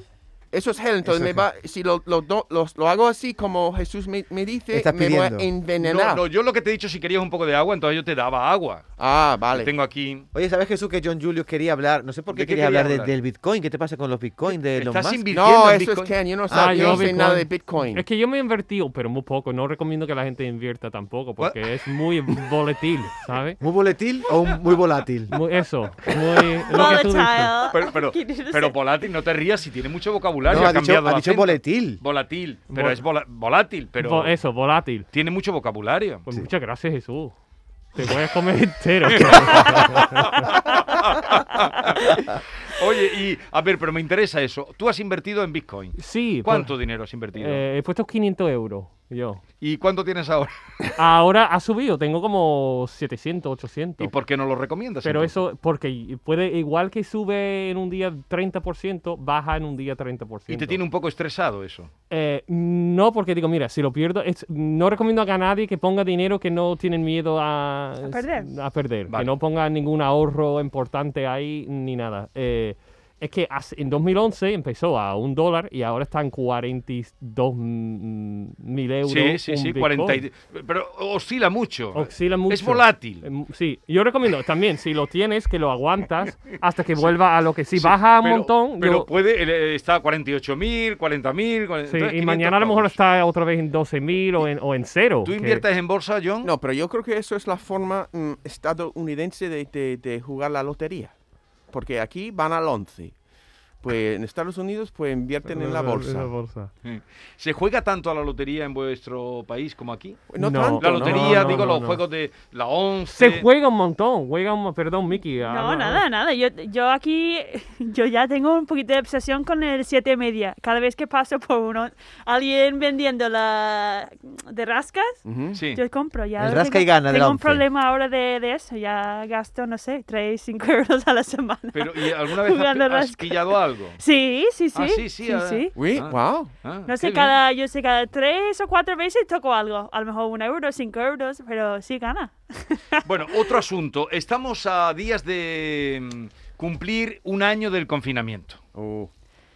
Speaker 5: Eso es gel, entonces
Speaker 6: Eso es
Speaker 5: me va, si lo, lo, do- los- lo hago así como Jesús me, me dice,
Speaker 6: Estás
Speaker 5: me voy a
Speaker 6: pidiendo.
Speaker 2: No,
Speaker 5: envenenar.
Speaker 2: no, yo lo que te he dicho, si querías un poco de agua, entonces yo te daba agua.
Speaker 5: Ah, vale.
Speaker 2: Tengo aquí...
Speaker 6: Oye, ¿sabes Jesús que John Julius quería hablar? No sé por qué,
Speaker 2: ¿De qué
Speaker 6: quería,
Speaker 2: quería
Speaker 6: hablar, de-
Speaker 2: hablar?
Speaker 6: del Bitcoin. ¿Qué te pasa con los Bitcoin de los
Speaker 2: Estás
Speaker 6: más?
Speaker 2: invirtiendo
Speaker 5: No,
Speaker 2: en
Speaker 5: eso es
Speaker 2: Bitcoin?
Speaker 5: Ken, yo no, sé,
Speaker 3: Ah,
Speaker 5: yo
Speaker 3: yo
Speaker 5: no sé
Speaker 3: Bitcoin.
Speaker 5: nada de Bitcoin.
Speaker 3: Es que yo me he invertido, pero muy poco. No recomiendo que la gente invierta tampoco, porque es muy volátil, ¿sabes?
Speaker 6: ¿Muy volátil o un- muy volátil?
Speaker 3: Muy, eso, muy... lo que tú dices.
Speaker 4: Volatile.
Speaker 2: Pero, pero,
Speaker 4: Aquí dice-
Speaker 2: pero volátil, no te rías si tiene mucho vocabulario.
Speaker 6: No,
Speaker 2: ha
Speaker 6: ha dicho,
Speaker 2: cambiado
Speaker 6: ha
Speaker 2: el
Speaker 6: dicho
Speaker 2: acento.
Speaker 6: volátil.
Speaker 2: Volatil, pero
Speaker 3: Vol-
Speaker 2: es vola- volátil, pero
Speaker 3: Vo- eso, volátil.
Speaker 2: tiene mucho vocabulario.
Speaker 3: Pues muchas gracias, Jesús. Te voy a comer entero.
Speaker 2: Oye, y a ver, pero me interesa eso. Tú has invertido en Bitcoin.
Speaker 3: sí. por-
Speaker 2: ¿Cuánto dinero has invertido?
Speaker 3: eh, he puesto 500 euros, yo.
Speaker 2: ¿Y cuánto tienes ahora?
Speaker 3: Ahora ha subido, tengo como 700, 800.
Speaker 2: ¿Y por qué no lo recomiendas?
Speaker 3: Pero
Speaker 2: entonces?
Speaker 3: eso, porque puede, igual que sube en un día 30%, baja en un día 30%.
Speaker 2: Y te tiene un poco estresado eso.
Speaker 3: Eh, no, porque digo, mira, si lo pierdo, es- no recomiendo a nadie que ponga dinero que no tienen miedo a,
Speaker 4: A perder.
Speaker 3: a perder,
Speaker 2: Vale.
Speaker 3: Que no ponga ningún ahorro importante ahí ni nada. Eh, es que hace- en 2011 empezó a un dólar y ahora están 42 mm, mil euros.
Speaker 2: Sí, sí,
Speaker 3: un
Speaker 2: sí,
Speaker 3: Bitcoin.
Speaker 2: 40 y- Pero oscila mucho.
Speaker 3: Oscila mucho.
Speaker 2: Es volátil.
Speaker 3: Eh, mu- Sí, yo recomiendo también, si lo tienes, que lo aguantas hasta que vuelva a lo que si baja un
Speaker 2: Pero-
Speaker 3: montón.
Speaker 2: Pero
Speaker 3: yo-
Speaker 2: puede, eh, está a 48.000, 40.000. cuaren-
Speaker 3: sí,
Speaker 2: entonces
Speaker 3: y mañana a lo
Speaker 2: 500
Speaker 3: mejor
Speaker 2: pavos.
Speaker 3: está otra vez en 12 mil o en, o en cero.
Speaker 2: ¿Tú
Speaker 3: que-
Speaker 2: inviertes en bolsa, John?
Speaker 5: No, pero yo creo que eso es la forma mm, estadounidense de, de- de jugar la lotería. Porque aquí van al 11. Pues en Estados Unidos pues invierten en la bolsa.
Speaker 2: ¿Se juega tanto a la lotería en vuestro país como aquí?
Speaker 5: No,
Speaker 3: No.
Speaker 5: tanto,
Speaker 2: La
Speaker 5: ¿no?
Speaker 2: lotería,
Speaker 3: no,
Speaker 2: digo,
Speaker 3: no,
Speaker 2: los
Speaker 3: no.
Speaker 2: juegos de la 11.
Speaker 3: Se juega un montón, juega un... Perdón, Mickey.
Speaker 2: Ah,
Speaker 4: No, nada, nada. Yo, yo aquí, yo ya tengo un poquito de obsesión con el siete y media. Cada vez que paso por uno, alguien vendiendo la de rascas,
Speaker 5: Ujú.
Speaker 2: Sí.
Speaker 4: yo compro ya.
Speaker 6: El
Speaker 4: tengo-
Speaker 6: rasca y gana de la
Speaker 4: Tengo un
Speaker 6: once.
Speaker 4: problema ahora de, de eso. Ya gasto, no sé, 3, 5 euros a la semana.
Speaker 2: Pero, ¿y alguna vez has,
Speaker 4: Jugando
Speaker 2: has
Speaker 4: rasca.
Speaker 2: pillado algo?
Speaker 4: Sí, sí, sí.
Speaker 2: Ah, sí, sí, ah.
Speaker 5: Uy,
Speaker 2: Ah.
Speaker 5: wow.
Speaker 2: Ah,
Speaker 4: No
Speaker 2: qué
Speaker 4: sé,
Speaker 2: bien.
Speaker 4: cada, yo sé cada tres o cuatro veces toco algo. A lo mejor un euro, cinco euros, pero sí gana.
Speaker 2: Bueno, otro asunto. Estamos a días de mm, cumplir un año del confinamiento.
Speaker 5: Oh.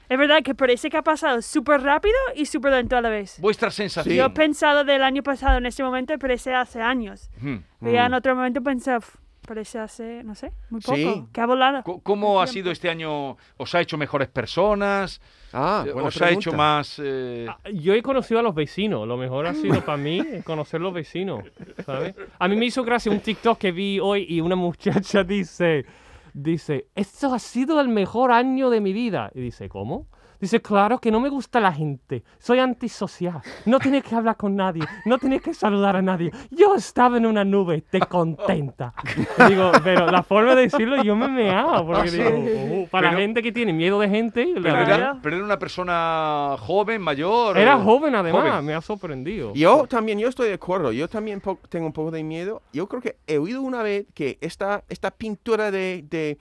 Speaker 4: Es verdad que parece que ha pasado súper rápido y súper lento a la vez.
Speaker 2: Vuestra sensación.
Speaker 4: Yo he pensado del año pasado en este momento, y parece hace años.
Speaker 2: Hmm.
Speaker 4: Y ya en otro momento pensé, "Uf, parece hace, no sé, muy poco.
Speaker 5: Sí.
Speaker 4: Que ha volado.
Speaker 2: Co- ¿Cómo
Speaker 4: El
Speaker 2: ha
Speaker 4: tiempo.
Speaker 2: sido este año? ¿Os ha hecho mejores personas?
Speaker 5: Ah,
Speaker 2: Eh,
Speaker 5: buena
Speaker 2: ¿Os ha hecho
Speaker 5: pregunta.
Speaker 2: más...? eh,
Speaker 3: Ah, Yo he conocido a los vecinos, lo mejor ha sido para mí conocer los vecinos, ¿sabes? A mí me hizo gracia un TikTok que vi hoy y una muchacha dice, dice, esto ha sido el mejor año de mi vida. Y dice, ¿cómo? Dice, claro que no me gusta la gente, soy antisocial, no tienes que hablar con nadie, no tienes que saludar a nadie. Yo estaba en una nube, te contenta. Y digo, pero la forma de decirlo yo me meaba, porque
Speaker 2: Ah, sí.
Speaker 3: digo, "Oh, para
Speaker 2: Pero-
Speaker 3: la gente que tiene miedo de gente, la
Speaker 2: pero,
Speaker 3: verdad-
Speaker 2: era, pero era una persona joven, mayor...
Speaker 3: era
Speaker 2: o-
Speaker 3: joven además,
Speaker 2: joven.
Speaker 3: me ha sorprendido.
Speaker 5: Yo también, yo estoy de acuerdo. Yo también po- tengo un poco de miedo. Yo creo que he oído una vez que esta, esta pintura de, de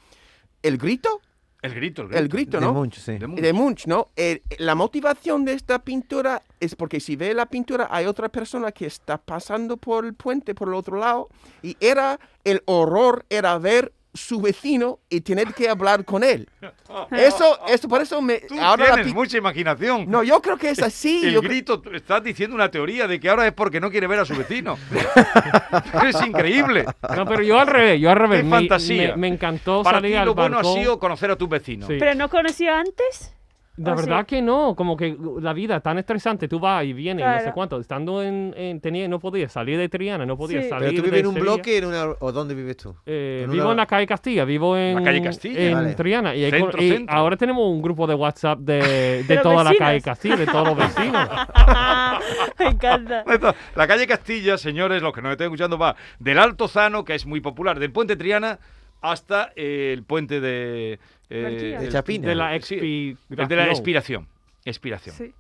Speaker 5: El Grito,
Speaker 2: El grito, el grito.
Speaker 5: El Grito,
Speaker 6: De
Speaker 5: ¿no?
Speaker 6: Munch, sí.
Speaker 2: De Munch.
Speaker 5: De Munch, ¿no? Eh, la motivación de esta pintura es porque si ve la pintura hay otra persona que está pasando por el puente, por el otro lado, y era el horror, era ver su vecino y tener que hablar con él. Eso, eso por eso me...
Speaker 2: Tú
Speaker 5: ahora la
Speaker 2: tienes
Speaker 5: pi-
Speaker 2: mucha imaginación.
Speaker 5: No, yo creo que es así.
Speaker 2: El
Speaker 5: yo cre-
Speaker 2: grito, tú estás diciendo una teoría de que ahora es porque no quiere ver a su vecino. Pero es increíble.
Speaker 3: No, pero yo al revés, yo al revés.
Speaker 2: Qué
Speaker 3: Me-
Speaker 2: fantasía.
Speaker 3: Me, me encantó
Speaker 2: Para ti
Speaker 3: salir al
Speaker 2: lo bueno
Speaker 3: balcón.
Speaker 2: ha sido conocer a tus vecinos.
Speaker 3: Sí.
Speaker 4: ¿Pero no conocía antes?
Speaker 3: La
Speaker 4: O sea-
Speaker 3: verdad que no, como que la vida es tan estresante, tú vas y vienes, y no sé
Speaker 4: Claro.
Speaker 3: cuánto, estando en, en- tenía, no podía salir de Triana, no podía
Speaker 4: Sí.
Speaker 3: salir
Speaker 6: Pero tú
Speaker 3: de
Speaker 6: vives en un
Speaker 3: Sevilla.
Speaker 6: bloque en una, o dónde vives tú?
Speaker 3: Eh,
Speaker 6: en
Speaker 3: vivo
Speaker 6: una-
Speaker 3: en la calle Castilla, vivo en,
Speaker 2: La calle Castilla.
Speaker 3: en
Speaker 6: Vale.
Speaker 3: Triana. Y, hay
Speaker 2: Centro,
Speaker 3: co- y
Speaker 2: centro.
Speaker 3: ahora tenemos un grupo de WhatsApp de, de
Speaker 4: los
Speaker 3: toda la calle
Speaker 4: vecinos.
Speaker 3: Castilla, de todos los vecinos.
Speaker 4: Me encanta.
Speaker 2: La calle Castilla, señores, los que nos estén escuchando, va del Alto Zano, que es muy popular, del Puente Triana hasta eh, el Puente de...
Speaker 4: García.
Speaker 6: De
Speaker 2: el-
Speaker 6: Chapina.
Speaker 3: de la
Speaker 2: Sí,
Speaker 3: expiración.
Speaker 2: el de la expiración. Expiración.
Speaker 4: Sí.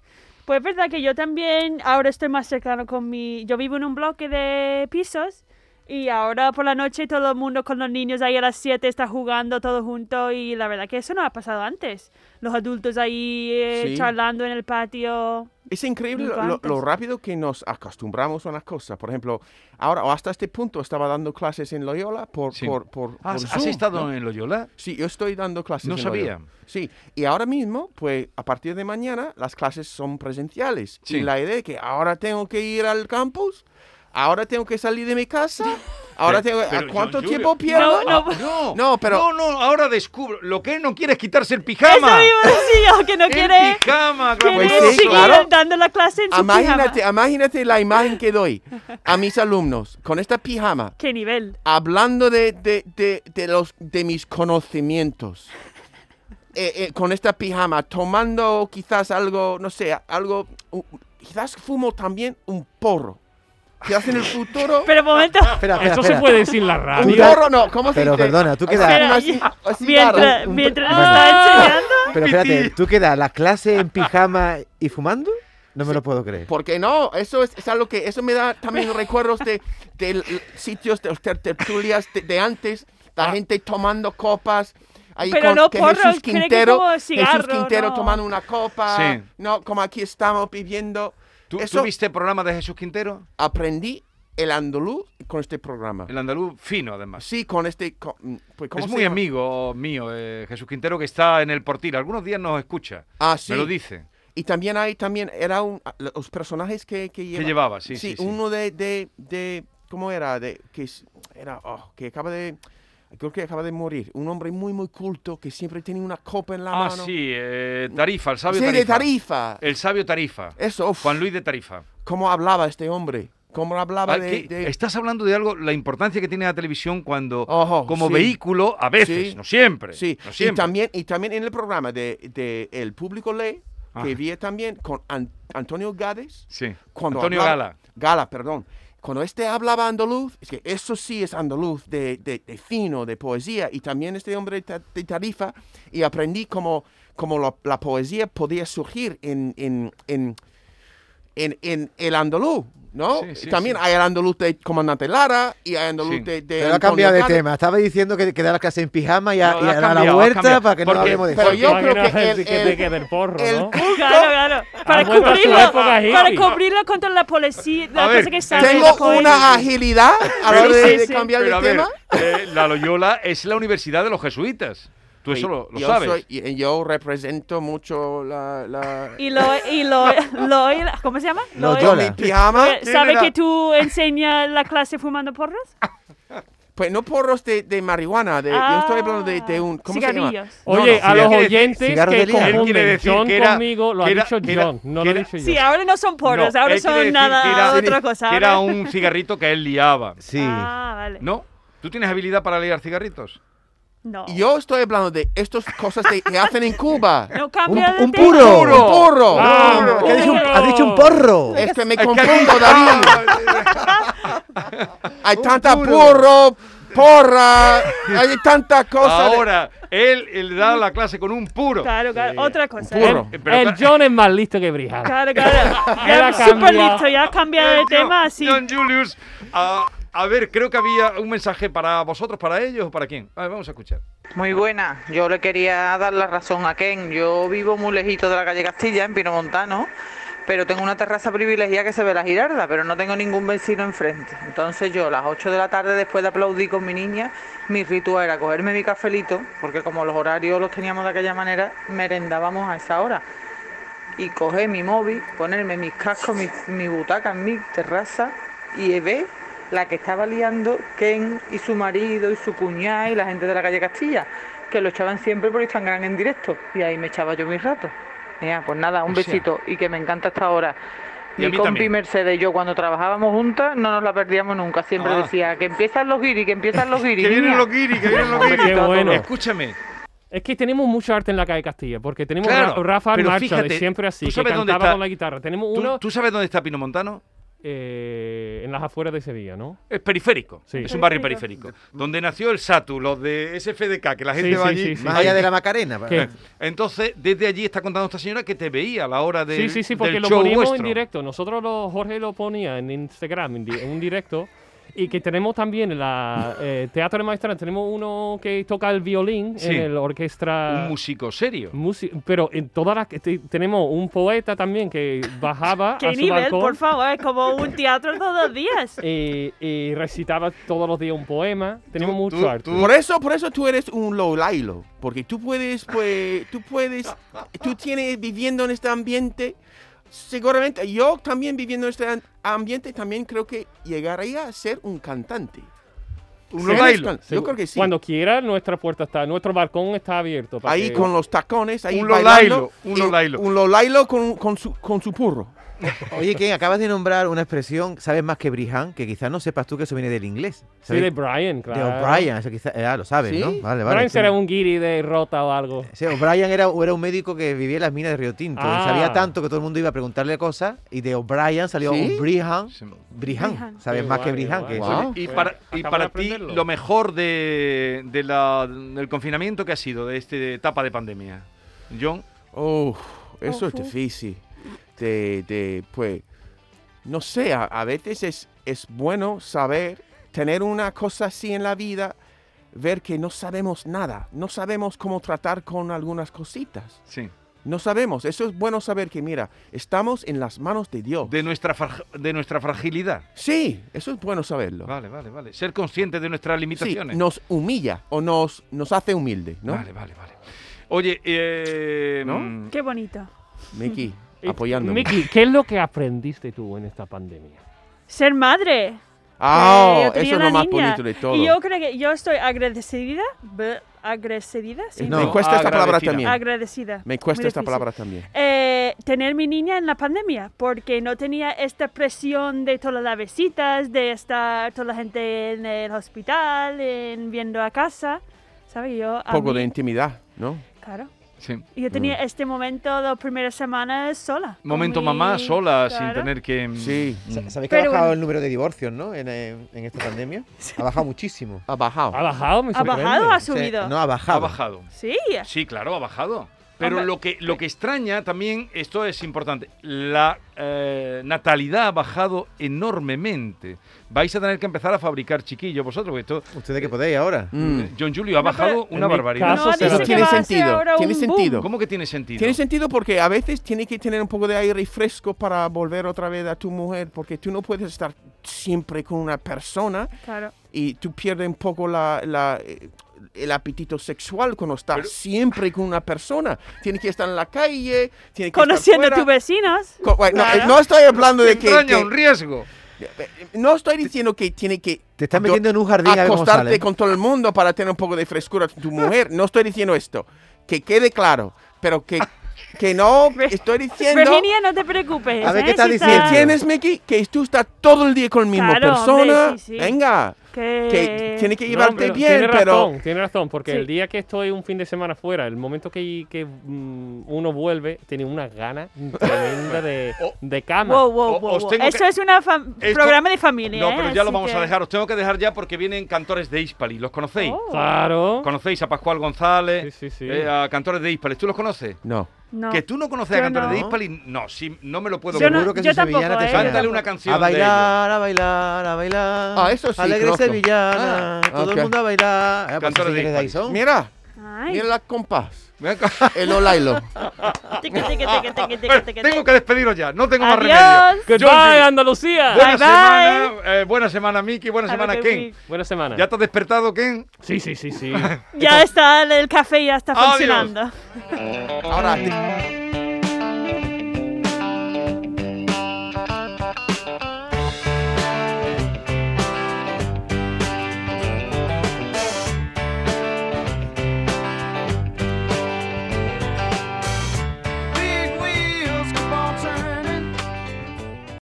Speaker 4: Pues es verdad que yo también ahora estoy más cercano con mi... Yo vivo en un bloque de pisos y ahora por la noche todo el mundo con los niños ahí a las 7 está jugando todos juntos y la verdad que eso no ha pasado antes. Los adultos ahí eh,
Speaker 5: Sí.
Speaker 4: charlando en el patio.
Speaker 5: Es increíble
Speaker 4: Nunca
Speaker 5: lo- lo,
Speaker 4: antes.
Speaker 5: lo rápido que nos acostumbramos a las cosas. Por ejemplo, ahora o hasta este punto estaba dando clases en Loyola por,
Speaker 2: Sí. Ah,
Speaker 5: por, por,
Speaker 2: ¿Has,
Speaker 5: por
Speaker 2: has
Speaker 5: Zoom,
Speaker 2: estado
Speaker 5: ¿no?
Speaker 2: en Loyola?
Speaker 5: Sí, yo estoy dando clases.
Speaker 2: No
Speaker 5: en Loyola.
Speaker 2: sabía.
Speaker 5: Sí, y ahora mismo, pues a partir de mañana, las clases son presenciales.
Speaker 2: Sí.
Speaker 5: Y la idea es que ahora tengo que ir al campus, ahora tengo que salir de mi casa, ahora
Speaker 2: Pero-
Speaker 5: tengo ¿a
Speaker 2: pero,
Speaker 5: ¿Cuánto
Speaker 2: John
Speaker 5: tiempo
Speaker 2: Julio-
Speaker 5: pierdo?
Speaker 4: No,
Speaker 2: Ah, no,
Speaker 5: No, pero-
Speaker 2: No, no, ahora descubro. Lo que él no quiere es quitarse el
Speaker 4: Eso
Speaker 2: pijama.
Speaker 4: iba a decir yo, oh, que no
Speaker 2: El
Speaker 4: quiere...
Speaker 2: pijama,
Speaker 4: quiere
Speaker 5: Pues sí,
Speaker 4: seguir
Speaker 5: claro.
Speaker 4: dando la clase en su
Speaker 5: Imagínate,
Speaker 4: pijama.
Speaker 5: imagínate la imagen que doy a mis alumnos con esta pijama.
Speaker 4: ¿Qué nivel?
Speaker 5: hablando de, de- de- de los, de mis conocimientos, eh, eh, con esta pijama, tomando quizás algo, no sé, algo, u- quizás fumo también un porro. Quizás en el futuro...
Speaker 4: Pero un momento...
Speaker 6: Espera, espera,
Speaker 3: Eso se
Speaker 6: espera.
Speaker 3: puede decir en la
Speaker 5: un
Speaker 3: radio.
Speaker 5: porro no, ¿cómo se
Speaker 6: Pero
Speaker 5: dice?
Speaker 6: perdona, ¿tú qué
Speaker 5: Así,
Speaker 6: das?
Speaker 4: Pero-
Speaker 5: así, así, claro.
Speaker 4: Mientras,
Speaker 6: un-
Speaker 4: mientras
Speaker 6: bueno.
Speaker 4: está enseñando...
Speaker 6: Pero espérate, ¿tú qué das? ¿Las clases en pijama y fumando? No me lo puedo creer.
Speaker 3: Pues,
Speaker 5: ¿Por qué no? Eso es, es algo que... Eso me da también recuerdos de, de l- sitios, de ter- tertulias de, de antes, la gente tomando copas. Ahí
Speaker 4: Ah. Pero
Speaker 5: con
Speaker 4: no
Speaker 5: que
Speaker 4: porro,
Speaker 5: Jesús
Speaker 4: creo que
Speaker 5: Quintero,
Speaker 4: como
Speaker 5: Jesús
Speaker 4: cigarro,
Speaker 5: Quintero
Speaker 4: no.
Speaker 5: tomando una copa.
Speaker 2: Sí.
Speaker 5: No, como aquí estamos viviendo.
Speaker 2: ¿Tú, tú
Speaker 5: eso
Speaker 2: viste el programa de Jesús Quintero?
Speaker 5: aprendí el andaluz con este programa.
Speaker 2: El andaluz fino, además.
Speaker 5: Sí, con este... con- pues, ¿cómo
Speaker 2: Es
Speaker 5: se
Speaker 2: muy
Speaker 5: llama?
Speaker 2: amigo mío, eh, Jesús Quintero, que está en el Portil. Algunos días nos escucha.
Speaker 5: Ah, sí.
Speaker 2: Me lo dice.
Speaker 5: Y también hay, también, era un, ah, los personajes que, que lleva-
Speaker 2: llevaba, sí, sí, sí.
Speaker 5: uno de, de, de- ¿cómo era? De, que es- era, oh, que acaba de, creo que acaba de morir. Un hombre muy, muy culto que siempre tenía una copa en la
Speaker 2: Ah,
Speaker 5: mano.
Speaker 2: sí, eh, Tarifa, el sabio
Speaker 5: Sí,
Speaker 2: Tarifa.
Speaker 5: de Tarifa.
Speaker 2: El sabio Tarifa.
Speaker 5: Eso, uf,
Speaker 2: Juan Luis de Tarifa.
Speaker 5: ¿cómo hablaba este hombre? ¿Cómo hablaba
Speaker 2: Ah,
Speaker 5: de...?
Speaker 2: ¿qué?
Speaker 5: de-
Speaker 2: Estás hablando de algo, la importancia que tiene la televisión cuando,
Speaker 5: Ojo,
Speaker 2: como
Speaker 5: sí.
Speaker 2: vehículo, a veces,
Speaker 5: Sí.
Speaker 2: no siempre.
Speaker 5: Sí,
Speaker 2: no
Speaker 5: y
Speaker 2: siempre.
Speaker 5: también, y también en el programa de, de El Público Lee,
Speaker 2: Ajá.
Speaker 5: que vi también con An- Antonio Gades.
Speaker 2: Sí.
Speaker 5: Cuando
Speaker 2: Antonio
Speaker 5: hablaba-
Speaker 2: Gala.
Speaker 5: Gala, perdón. Cuando este hablaba andaluz, es que eso sí es andaluz, de, de- de fino, de poesía, y también este hombre ta- de Tarifa, y aprendí cómo, cómo la, la poesía podía surgir en, en, en, en- en el andaluz, ¿no?
Speaker 2: Sí, sí,
Speaker 5: también
Speaker 2: sí.
Speaker 5: hay el andaluz de Comandante Lara, y hay andaluz
Speaker 2: Sí.
Speaker 5: de, de
Speaker 6: Pero ha
Speaker 5: Antonio
Speaker 6: cambiado de
Speaker 5: Gades.
Speaker 6: tema. Estaba diciendo que, que da las clases en pijama y a,
Speaker 2: No,
Speaker 6: y
Speaker 2: has
Speaker 6: a la
Speaker 2: cambiado, has
Speaker 6: vuelta
Speaker 2: cambiado.
Speaker 6: para que no
Speaker 2: Porque-
Speaker 6: hablemos de eso.
Speaker 5: Pero yo
Speaker 3: Para que
Speaker 5: creo
Speaker 3: no-
Speaker 5: que el-
Speaker 3: sí que te
Speaker 5: el-
Speaker 3: quede el porro,
Speaker 5: el
Speaker 3: ¿no?
Speaker 5: culto-
Speaker 4: Claro, claro.
Speaker 3: Ah,
Speaker 4: Para
Speaker 3: vuelto a su
Speaker 4: cubrirlo,
Speaker 3: época
Speaker 4: para
Speaker 3: hippie.
Speaker 4: cubrirlo contra la policía,
Speaker 2: A
Speaker 4: la
Speaker 2: ver,
Speaker 4: cosa que sabe la
Speaker 5: Tengo
Speaker 4: poesía.
Speaker 5: una agilidad a la
Speaker 4: Sí,
Speaker 5: hora de,
Speaker 4: sí,
Speaker 5: de
Speaker 4: sí.
Speaker 5: cambiar
Speaker 2: Pero
Speaker 5: de
Speaker 2: a ver,
Speaker 5: tema.
Speaker 2: eh, la Loyola es la universidad de los jesuitas. Tú eso lo, lo
Speaker 5: yo
Speaker 2: sabes.
Speaker 5: soy- y- yo represento mucho la... la-
Speaker 4: Y lo, y lo, lo, ¿cómo se llama?
Speaker 6: Loyola.
Speaker 4: Loyola.
Speaker 5: pijama.
Speaker 4: Eh, ¿Sabe
Speaker 2: era?
Speaker 4: que tú enseñas la clase fumando porros?
Speaker 5: Pues no porros de, de marihuana, de, yo estoy hablando de, de un... ¿Cómo se llama?
Speaker 4: Cigarrillos.
Speaker 3: Oye,
Speaker 6: no,
Speaker 3: a
Speaker 6: cigarro-
Speaker 3: los
Speaker 2: quiere decir-
Speaker 3: oyentes
Speaker 6: cigarro de
Speaker 3: que
Speaker 6: lía. Él quiere
Speaker 3: confunden
Speaker 2: decir
Speaker 3: John
Speaker 2: que era-
Speaker 3: conmigo, lo
Speaker 2: que
Speaker 3: ha
Speaker 2: era-
Speaker 3: dicho
Speaker 2: que era-
Speaker 3: John, no
Speaker 2: que
Speaker 3: lo he
Speaker 2: era-
Speaker 3: dicho yo. Ah,
Speaker 4: Sí, ahora no son porros,
Speaker 2: No,
Speaker 4: ahora
Speaker 2: él quiere
Speaker 4: son
Speaker 2: decir
Speaker 4: nada,
Speaker 2: que era-
Speaker 4: otra cosa.
Speaker 2: que
Speaker 4: ahora.
Speaker 2: era un cigarrito que él liaba.
Speaker 6: Sí.
Speaker 4: Ah, vale.
Speaker 2: ¿No? ¿Tú tienes habilidad para liar cigarritos?
Speaker 4: No.
Speaker 5: ah, Yo estoy hablando de estas cosas de- que hacen en Cuba.
Speaker 4: No
Speaker 6: Un,
Speaker 4: cambia de
Speaker 6: un
Speaker 4: tema.
Speaker 6: puro.
Speaker 5: ¡Un porro!
Speaker 3: Ah,
Speaker 6: No,
Speaker 3: un
Speaker 6: que ha dicho un-
Speaker 3: porro.
Speaker 6: ha dicho un porro.
Speaker 5: Es que me
Speaker 2: Es que aquí-
Speaker 5: confundo, David. Hay tanta porro, porra, hay tanta cosa. de-
Speaker 2: Ahora, él, él le da la clase con un puro.
Speaker 4: Claro, claro, otra cosa.
Speaker 5: Un puro.
Speaker 2: Eh, pero-
Speaker 3: El John es más listo que Brijal.
Speaker 4: Claro, claro.
Speaker 3: Él ha
Speaker 4: Ya súper
Speaker 3: cambiado.
Speaker 4: listo, ya ha cambiado de
Speaker 2: John-
Speaker 4: tema, así.
Speaker 2: John Julius, a, a ver, creo que había un mensaje para vosotros, para ellos o para quién. A ver, vamos a escuchar.
Speaker 7: Muy buena, yo le quería dar la razón a Ken. Yo vivo muy lejito de la calle Castilla, en Pino Montano, pero tengo una terraza privilegiada que se ve la girarda, pero no tengo ningún vecino enfrente. Entonces yo a las 8 de la tarde, después de aplaudir con mi niña, mi ritual era cogerme mi cafelito, porque como los horarios los teníamos de aquella manera, merendábamos a esa hora. Y coger mi móvil, ponerme mis cascos, mi, mi butaca en mi terraza y ver la que estaba liando Ken y su marido y su cuñada y la gente de la calle Castilla, que lo echaban siempre por Instagram en directo. Y ahí me echaba yo mis ratos. Mira, pues nada, un
Speaker 2: O sea.
Speaker 7: besito y que me encanta esta hora.
Speaker 2: Y a
Speaker 7: Mi
Speaker 2: mí
Speaker 7: compi
Speaker 2: también.
Speaker 7: Mercedes y yo cuando trabajábamos juntas no nos la perdíamos nunca. Siempre
Speaker 2: Ah.
Speaker 7: decía que empiezan los guiris, que empiezan los guiris.
Speaker 2: Que vienen
Speaker 7: niña".
Speaker 2: los guiris, que vienen los
Speaker 3: Hombre,
Speaker 2: guiris.
Speaker 3: qué bueno.
Speaker 2: Escúchame.
Speaker 3: Es que tenemos mucho arte en la calle Castilla, porque tenemos
Speaker 2: Claro,
Speaker 3: Ra- Rafa
Speaker 2: pero
Speaker 3: Marcha, de
Speaker 2: fíjate,
Speaker 3: siempre así,
Speaker 2: ¿tú
Speaker 3: que
Speaker 2: sabes dónde
Speaker 3: cantaba
Speaker 2: está?
Speaker 3: con la guitarra. Tenemos
Speaker 2: ¿Tú-
Speaker 3: uno
Speaker 2: ¿Tú sabes dónde está Pino Montano?
Speaker 3: eh, en las afueras de Sevilla, ¿no?
Speaker 2: Es periférico.
Speaker 3: Sí.
Speaker 2: Es un barrio periférico. Donde nació el SATU, los de SFDK, que la gente
Speaker 3: Sí,
Speaker 2: va
Speaker 3: sí,
Speaker 2: allí.
Speaker 3: sí, sí.
Speaker 6: Más allá de la Macarena.
Speaker 3: Que-
Speaker 2: Entonces, desde allí está contando esta señora que te veía a la hora de.
Speaker 3: sí, sí, sí, porque
Speaker 2: del
Speaker 3: lo
Speaker 2: show
Speaker 3: poníamos en
Speaker 2: vuestro.
Speaker 3: directo. Nosotros, lo, Jorge lo ponía en Instagram, en, di- en un directo. Y que tenemos también en la eh, Teatro de Maestranza, tenemos uno que toca el violín
Speaker 2: Sí.
Speaker 3: en la orquesta.
Speaker 2: Un músico serio.
Speaker 3: Musi- pero en todas las que te- tenemos un poeta también que bajaba
Speaker 4: ¿Qué
Speaker 3: a su
Speaker 4: nivel,
Speaker 3: balcón
Speaker 4: por favor? Es como un teatro todos los días.
Speaker 3: y, y recitaba todos los días un poema. Tenemos
Speaker 2: Tú-
Speaker 3: mucho
Speaker 2: tú-
Speaker 3: arte.
Speaker 2: tú-
Speaker 5: Por eso, por eso tú eres un lowlailo, porque tú puedes, pues, tú puedes, tú tienes viviendo en este ambiente, seguramente, yo también viviendo en este am- ambiente, también creo que llegaría a ser un cantante.
Speaker 2: Un
Speaker 5: ¿Eres
Speaker 2: lobailo.
Speaker 5: can- Yo creo que sí.
Speaker 3: Cuando quiera, nuestra puerta está, nuestro balcón está abierto. para
Speaker 5: ahí
Speaker 3: que-
Speaker 5: con los tacones, ahí
Speaker 2: Un
Speaker 5: bailando,
Speaker 2: lowlailo, un
Speaker 5: y
Speaker 2: lowlailo.
Speaker 5: Un lowlailo con, con, su, con su purro.
Speaker 6: Oye, Ken, acabas de nombrar una expresión, sabes más que Brihan, que quizás no sepas tú que eso viene del inglés.
Speaker 3: Sí, de
Speaker 6: ¿Sabes?
Speaker 3: Brian, claro.
Speaker 6: De O'Brien, eso quizás, ah, lo sabes,
Speaker 5: ¿Sí?
Speaker 6: ¿no? Vale, vale.
Speaker 3: Brian
Speaker 6: sí.
Speaker 3: será un guiri de rota o algo.
Speaker 6: Sí, O'Brien era, era un médico que vivía en las minas de Río Tinto.
Speaker 3: Ah.
Speaker 6: Y sabía tanto que todo el mundo iba a preguntarle cosas y de O'Brien salió
Speaker 5: ¿Sí?
Speaker 6: O'Brien.
Speaker 2: Sí.
Speaker 6: Brihan,
Speaker 4: Brihan.
Speaker 6: sabes
Speaker 3: Qué
Speaker 6: más
Speaker 3: guay,
Speaker 6: que Brihan.
Speaker 3: qué
Speaker 6: Que
Speaker 3: guay.
Speaker 6: eso-
Speaker 5: Wow.
Speaker 2: Y
Speaker 3: Bueno,
Speaker 2: para, y
Speaker 3: Pues, acabo
Speaker 2: para
Speaker 3: de
Speaker 2: ti,
Speaker 3: aprenderlo.
Speaker 2: lo mejor de, de la- del confinamiento que ha sido, de esta etapa de pandemia. John,
Speaker 5: Oh, eso es
Speaker 4: Ojo.
Speaker 5: difícil. De, de, pues, no sé, a, a veces es, es bueno saber, tener una cosa así en la vida, ver que no sabemos nada, no sabemos cómo tratar con algunas cositas.
Speaker 2: sí.
Speaker 5: No sabemos, eso es bueno saber que, mira, estamos en las manos de Dios.
Speaker 2: De nuestra, frag- de nuestra fragilidad.
Speaker 5: sí, eso es bueno saberlo.
Speaker 2: Vale, vale, vale. Ser consciente de nuestras
Speaker 5: Sí,
Speaker 2: limitaciones.
Speaker 5: nos humilla o nos, nos hace humilde, ¿no?
Speaker 2: Vale, vale, vale. Oye, eh,
Speaker 5: ¿No?
Speaker 2: mm,
Speaker 4: Qué bonito.
Speaker 5: Mickey,
Speaker 3: Y-
Speaker 5: apoyándome.
Speaker 3: Miki, ¿qué es lo que aprendiste tú en esta pandemia?
Speaker 4: Ser madre. Eh,
Speaker 5: Ah,
Speaker 4: yo tenía
Speaker 5: eso es lo
Speaker 4: una
Speaker 5: más
Speaker 4: niña.
Speaker 5: bonito de todo. Eh,
Speaker 4: Y yo creo que yo estoy agradecida. b- Agradecida, sí.
Speaker 6: No,
Speaker 5: Me cuesta esta palabra
Speaker 2: agradecida.
Speaker 5: también.
Speaker 4: Agradecida.
Speaker 5: Me cuesta
Speaker 4: Muy
Speaker 5: esta
Speaker 4: difícil.
Speaker 5: palabra también.
Speaker 4: Eh, tener mi niña en la pandemia, porque no tenía esta presión de todas las visitas, de estar toda la gente en el hospital, en viendo a casa, ¿sabes? Yo, a
Speaker 5: poco
Speaker 4: mí-
Speaker 5: Mm. de intimidad, ¿no?
Speaker 4: Claro.
Speaker 2: sí.
Speaker 4: Y Yo tenía este momento, las primeras semanas sola. con
Speaker 2: Momento
Speaker 4: mi-
Speaker 2: mamá sola, sin
Speaker 4: claro.
Speaker 2: tener que... mm,
Speaker 5: Sí.
Speaker 6: Sa- ¿Sabéis que ha
Speaker 4: Pero
Speaker 6: bajado
Speaker 4: bueno.
Speaker 6: el número de divorcios, no? En, eh, en esta pandemia. Ha bajado muchísimo.
Speaker 5: Ha bajado.
Speaker 2: Ah,
Speaker 3: ¿Ha bajado? Me
Speaker 4: ¿Ha
Speaker 3: sorprende.
Speaker 4: bajado? ¿Ha
Speaker 6: O sea,
Speaker 4: subido?
Speaker 6: no, ha
Speaker 2: Ha
Speaker 6: bajado.
Speaker 2: bajado.
Speaker 4: Sí.
Speaker 2: Sí, claro, ha bajado. Pero
Speaker 4: Hombre.
Speaker 2: lo que, lo que extraña también, esto es importante, la eh, natalidad ha bajado enormemente. Vais a tener que empezar a fabricar chiquillos vosotros, porque esto, eh,
Speaker 6: Ustedes que podéis ahora.
Speaker 5: Mm.
Speaker 2: John Julio, ha
Speaker 4: No, pero-
Speaker 2: bajado
Speaker 3: En
Speaker 2: una
Speaker 3: mi
Speaker 2: barbaridad.
Speaker 3: caso
Speaker 4: No,
Speaker 3: será-
Speaker 4: dice que
Speaker 5: Tiene
Speaker 4: va a ser
Speaker 5: sentido,
Speaker 4: ahora
Speaker 5: tiene
Speaker 4: un
Speaker 5: sentido.
Speaker 4: boom.
Speaker 2: ¿Cómo que tiene sentido?
Speaker 5: Tiene sentido porque a veces tiene que tener un poco de aire fresco para volver otra vez a tu mujer, porque tú no puedes estar siempre con una persona
Speaker 4: Claro.
Speaker 5: y tú pierdes un poco la, la, eh, el apetito sexual cuando estás siempre con una persona. Tienes que estar en la calle, tienes que
Speaker 4: Conociendo a
Speaker 5: estar
Speaker 4: tus
Speaker 5: fuera.
Speaker 4: vecinos.
Speaker 5: Co- bueno, no,
Speaker 4: Claro.
Speaker 5: no estoy hablando de que,
Speaker 2: Extraña
Speaker 5: que-
Speaker 2: un riesgo.
Speaker 5: No estoy diciendo que tiene que
Speaker 6: Te estás
Speaker 5: do-
Speaker 6: metiendo en un jardín a ver cómo
Speaker 5: acostarte
Speaker 6: sale.
Speaker 5: con todo el mundo para tener un poco de frescura con tu mujer. No estoy diciendo esto. Que quede claro. Pero que, que no estoy diciendo.
Speaker 4: Virginia, no te preocupes.
Speaker 6: A ver, ¿qué
Speaker 4: ¿eh?
Speaker 6: estás
Speaker 4: Si
Speaker 6: diciendo?
Speaker 4: estás-
Speaker 5: ¿Tienes, Mickey? Que tú estás todo el día con la misma
Speaker 4: Claro, hombre,
Speaker 5: persona.
Speaker 4: sí, Eh, sí.
Speaker 5: Venga.
Speaker 4: Que...
Speaker 5: Que tiene que
Speaker 3: No,
Speaker 5: llevarte
Speaker 3: pero
Speaker 5: bien,
Speaker 3: tiene
Speaker 5: pero.
Speaker 3: razón, tiene razón, porque
Speaker 4: Sí.
Speaker 3: el día que estoy un fin de semana fuera, el momento que, que, mm, uno vuelve, tiene una gana tremenda de,
Speaker 2: Oh.
Speaker 3: de cama.
Speaker 4: Wow, wow,
Speaker 2: O-
Speaker 4: wow,
Speaker 2: os
Speaker 4: wow.
Speaker 2: tengo
Speaker 4: Eso
Speaker 2: que-
Speaker 4: es un
Speaker 2: Esto-
Speaker 4: programa de familia.
Speaker 2: No,
Speaker 4: ¿eh?
Speaker 2: pero ya lo
Speaker 4: Así
Speaker 2: vamos a
Speaker 4: que-
Speaker 2: dejar. Os tengo que dejar ya porque vienen cantores de Hispali. ¿Los conocéis?
Speaker 4: Oh.
Speaker 3: Claro.
Speaker 2: ¿Conocéis a Pascual González?
Speaker 3: Sí, sí, sí.
Speaker 2: eh, a cantores de Hispali. ¿Tú los conoces?
Speaker 5: No.
Speaker 4: No.
Speaker 2: ¿Que tú no conoces a
Speaker 4: Yo
Speaker 2: cantores de
Speaker 4: no.
Speaker 2: Hispali? No, sí, no me lo puedo
Speaker 4: Yo,
Speaker 2: creer.
Speaker 4: no,
Speaker 6: Seguro que
Speaker 4: yo
Speaker 6: si sevillana
Speaker 4: tampoco,
Speaker 6: te
Speaker 4: ¿eh?
Speaker 6: suena.
Speaker 2: Cántale una canción
Speaker 6: A
Speaker 2: de ellos.
Speaker 6: bailar, a bailar, a bailar.
Speaker 5: Ah, eso sí,
Speaker 6: Alegre
Speaker 5: conozco. Ah,
Speaker 6: sevillana. todo
Speaker 5: ok.
Speaker 6: el mundo a bailar. Eh, pues
Speaker 2: Cantores
Speaker 6: sí que
Speaker 2: de
Speaker 6: de ahí son.
Speaker 5: Mira.
Speaker 4: Ay.
Speaker 5: Mira la compás.
Speaker 2: Me han ca-
Speaker 5: El Olailo.
Speaker 4: Tiqui, tiqui, tiqui, tiqui, tiqui,
Speaker 2: Bueno,
Speaker 4: tiqui,
Speaker 2: tengo
Speaker 4: tiqui.
Speaker 2: que despediros ya, no tengo más
Speaker 4: Adiós.
Speaker 2: remedio. John
Speaker 3: Goodbye,
Speaker 2: Julius,
Speaker 3: Andalucía.
Speaker 2: buena
Speaker 4: Bye,
Speaker 2: semana, eh, buena semana Miki, buena
Speaker 4: Have a
Speaker 2: semana
Speaker 4: good
Speaker 2: Ken.
Speaker 4: week.
Speaker 3: Buena semana.
Speaker 2: ¿Ya te has despertado, Ken?
Speaker 3: Sí, sí, sí, sí.
Speaker 4: Ya está, el café ya está
Speaker 2: Adiós.
Speaker 4: funcionando.
Speaker 5: Ahora.